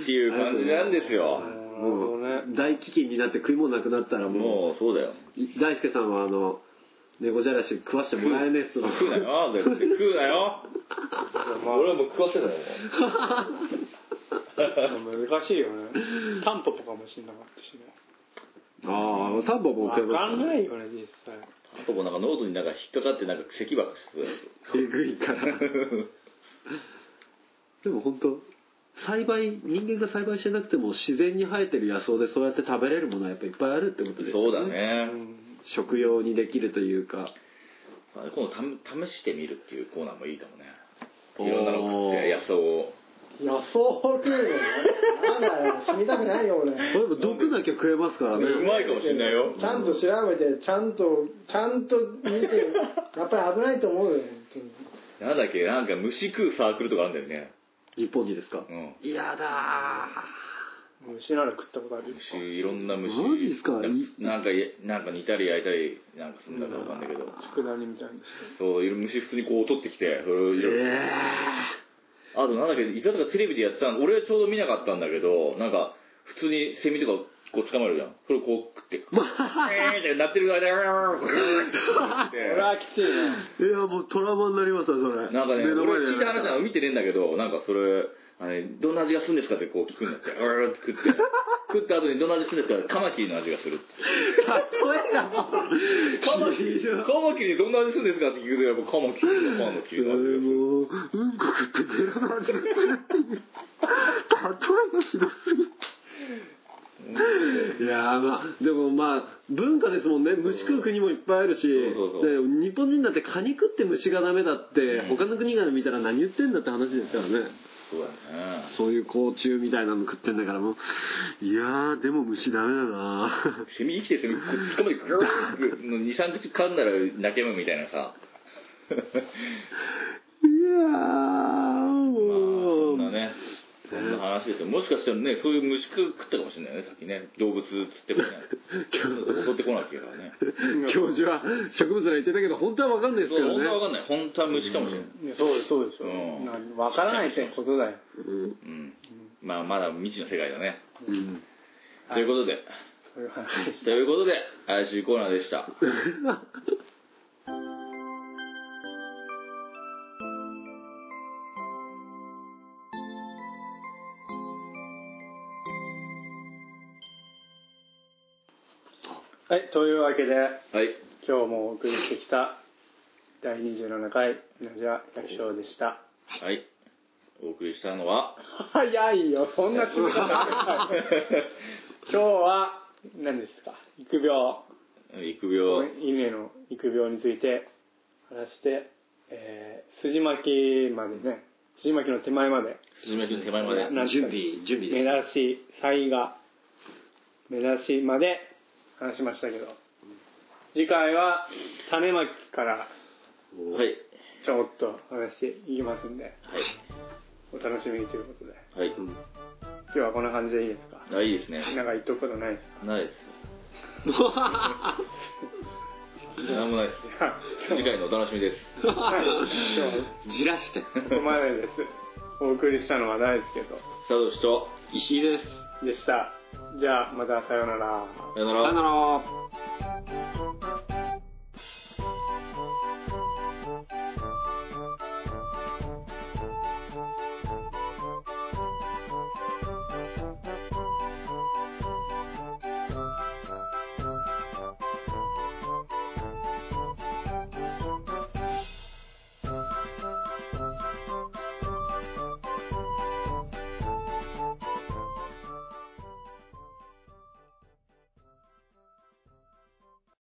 A: っていう感じなんですよ
B: うんるほどね
C: もう大飢饉になって食い物なくなったらも
A: もうそうだよ
C: う大輔さんはあの猫じゃらし食わしてもらえねえっす
A: 食うなよだって食うなよ 俺はもう食わせないよ
B: 難しいよねタンポポかもしれなかったしね
C: ああタンポポも食え
B: 分
C: ます
B: か
C: か
B: んないよね実際
A: あともうなんか喉になんか引っかかってなんか咳ばっかして
C: えぐいからでも本当栽培人間が栽培してなくても自然に生えてる野草でそうやって食べれるものはやっぱいっぱいあるってこと です
A: そう
C: よ
A: だ
C: ね
A: ね、
C: 食用にできるというか
A: あ今度た試してみるっていうコーナーもいいかもねいろんなの買って野草を
F: 野草ルールなんだよ死にたくないよ俺
C: まあでも毒だけ食えますからね
A: うまいかもしれないよ
F: ちゃんと調べてちゃんとちゃんと見てやっぱり危ないと思うよ本当に
A: なんだっけなんか虫食うサークルとかあるんだよね
C: 日本にですか
A: うん
C: いやだ
B: 虫なら食ったことある
A: 虫いろんな虫
C: マジっすか
A: なんかいなんか煮たり焼いたりなんかするんだかわかんないけど
B: 佃煮みたいにして
A: そういろ虫普通にこう取ってきてそれをい
C: ー
A: ろいろ
C: え
A: あとなんだっけいざとかテレビでやってたの俺はちょうど見なかったんだけどなんか普通にセミとかこう捕まえるじゃんそれをこう食 ってまあえーってなってる間にグーって食 って
B: これはきついね
C: ーいやもうトラウマになりますわそれ
A: なんかね、
C: 目の前
A: 俺
C: で
A: 聞いた話なの見てねえんだけど、なんかそれ、あれどんな味がするんですかってこう聞くんだって。うーって食 って。食った後にどんな味するんですかカマキリの味がするって。
C: 例えがもう
A: カマキリ
C: ひどい
A: カマキリにどんな味するんですかって聞くと、やっぱカマキリのパンの
C: そ
A: キ
C: れ
A: リの味がする。
C: もううんこ食ってベロ の味がするっていう例えがひどすぎいやーまあでもまあ文化ですもんね虫食う国もいっぱいあるし
A: そうそうそ
C: で日本人だってカニ食って虫がダメだって
A: うん
C: 他の国から見たら何言ってんだって話ですからね
A: そうだよね。
C: そういう甲虫みたいなの食ってんだからもういやーでも虫ダメだな
A: セミ生きてるセミ、こう引っ込までの2、3口噛んだら泣けむみたいなさ。
C: いやー
A: まあ、
C: も
A: そ
C: うん
A: なね。そんな話ですよ。もしかしたらね、そういう虫食ったかもしれないよね、さっきね。動物釣ってこない。 襲ってこなきゃいけないからね。
C: 教授は植物ら言ってたけど本当は分かんないで
A: そ
C: す
A: う、本
C: から
A: 当は
C: ね
A: わかんない。本当は虫かもしれない。
B: いやそうですそうですよ、
A: うん
B: な分からないってことだよ
C: うん
A: うん。まあ、まだ未知の世界だね。
C: うん
A: ということで、
B: そういう話でし
A: ということで、怪しいコーナーでした。
B: たはいというわけで
A: はい。
B: 今日もお送りしてきた第27回ラジア百姓で した
A: はい。お送りしたのは、
B: 早いよそんな進め方ない 今日は何ですか育病
A: 育病、
B: 犬への育病について話して、えー、筋巻きまでね筋巻きの手前まで
A: 鈴巻の手前まで。
B: な
C: 準備準備
B: 目
C: で
B: 出し災害目出しまで話しましたけど次回は種まきか
A: は
B: ら
A: い。
B: ちょっと話していきますんでお楽しみにということで
A: はい。はい。
B: 今日はこんな感じでいいですか
A: あ、いいですね。
B: なんか言っとくことないですか
A: ないです。なんもないです。
B: じゃあ
A: 次回のお楽しみです。
B: はい今日は
C: すじらして
B: ここまでですお送りしたのはないですけど
A: サトシと、
C: 石井です
B: でしたじゃあまたさようなら
A: さよな
C: さよ
A: ら
C: な。ら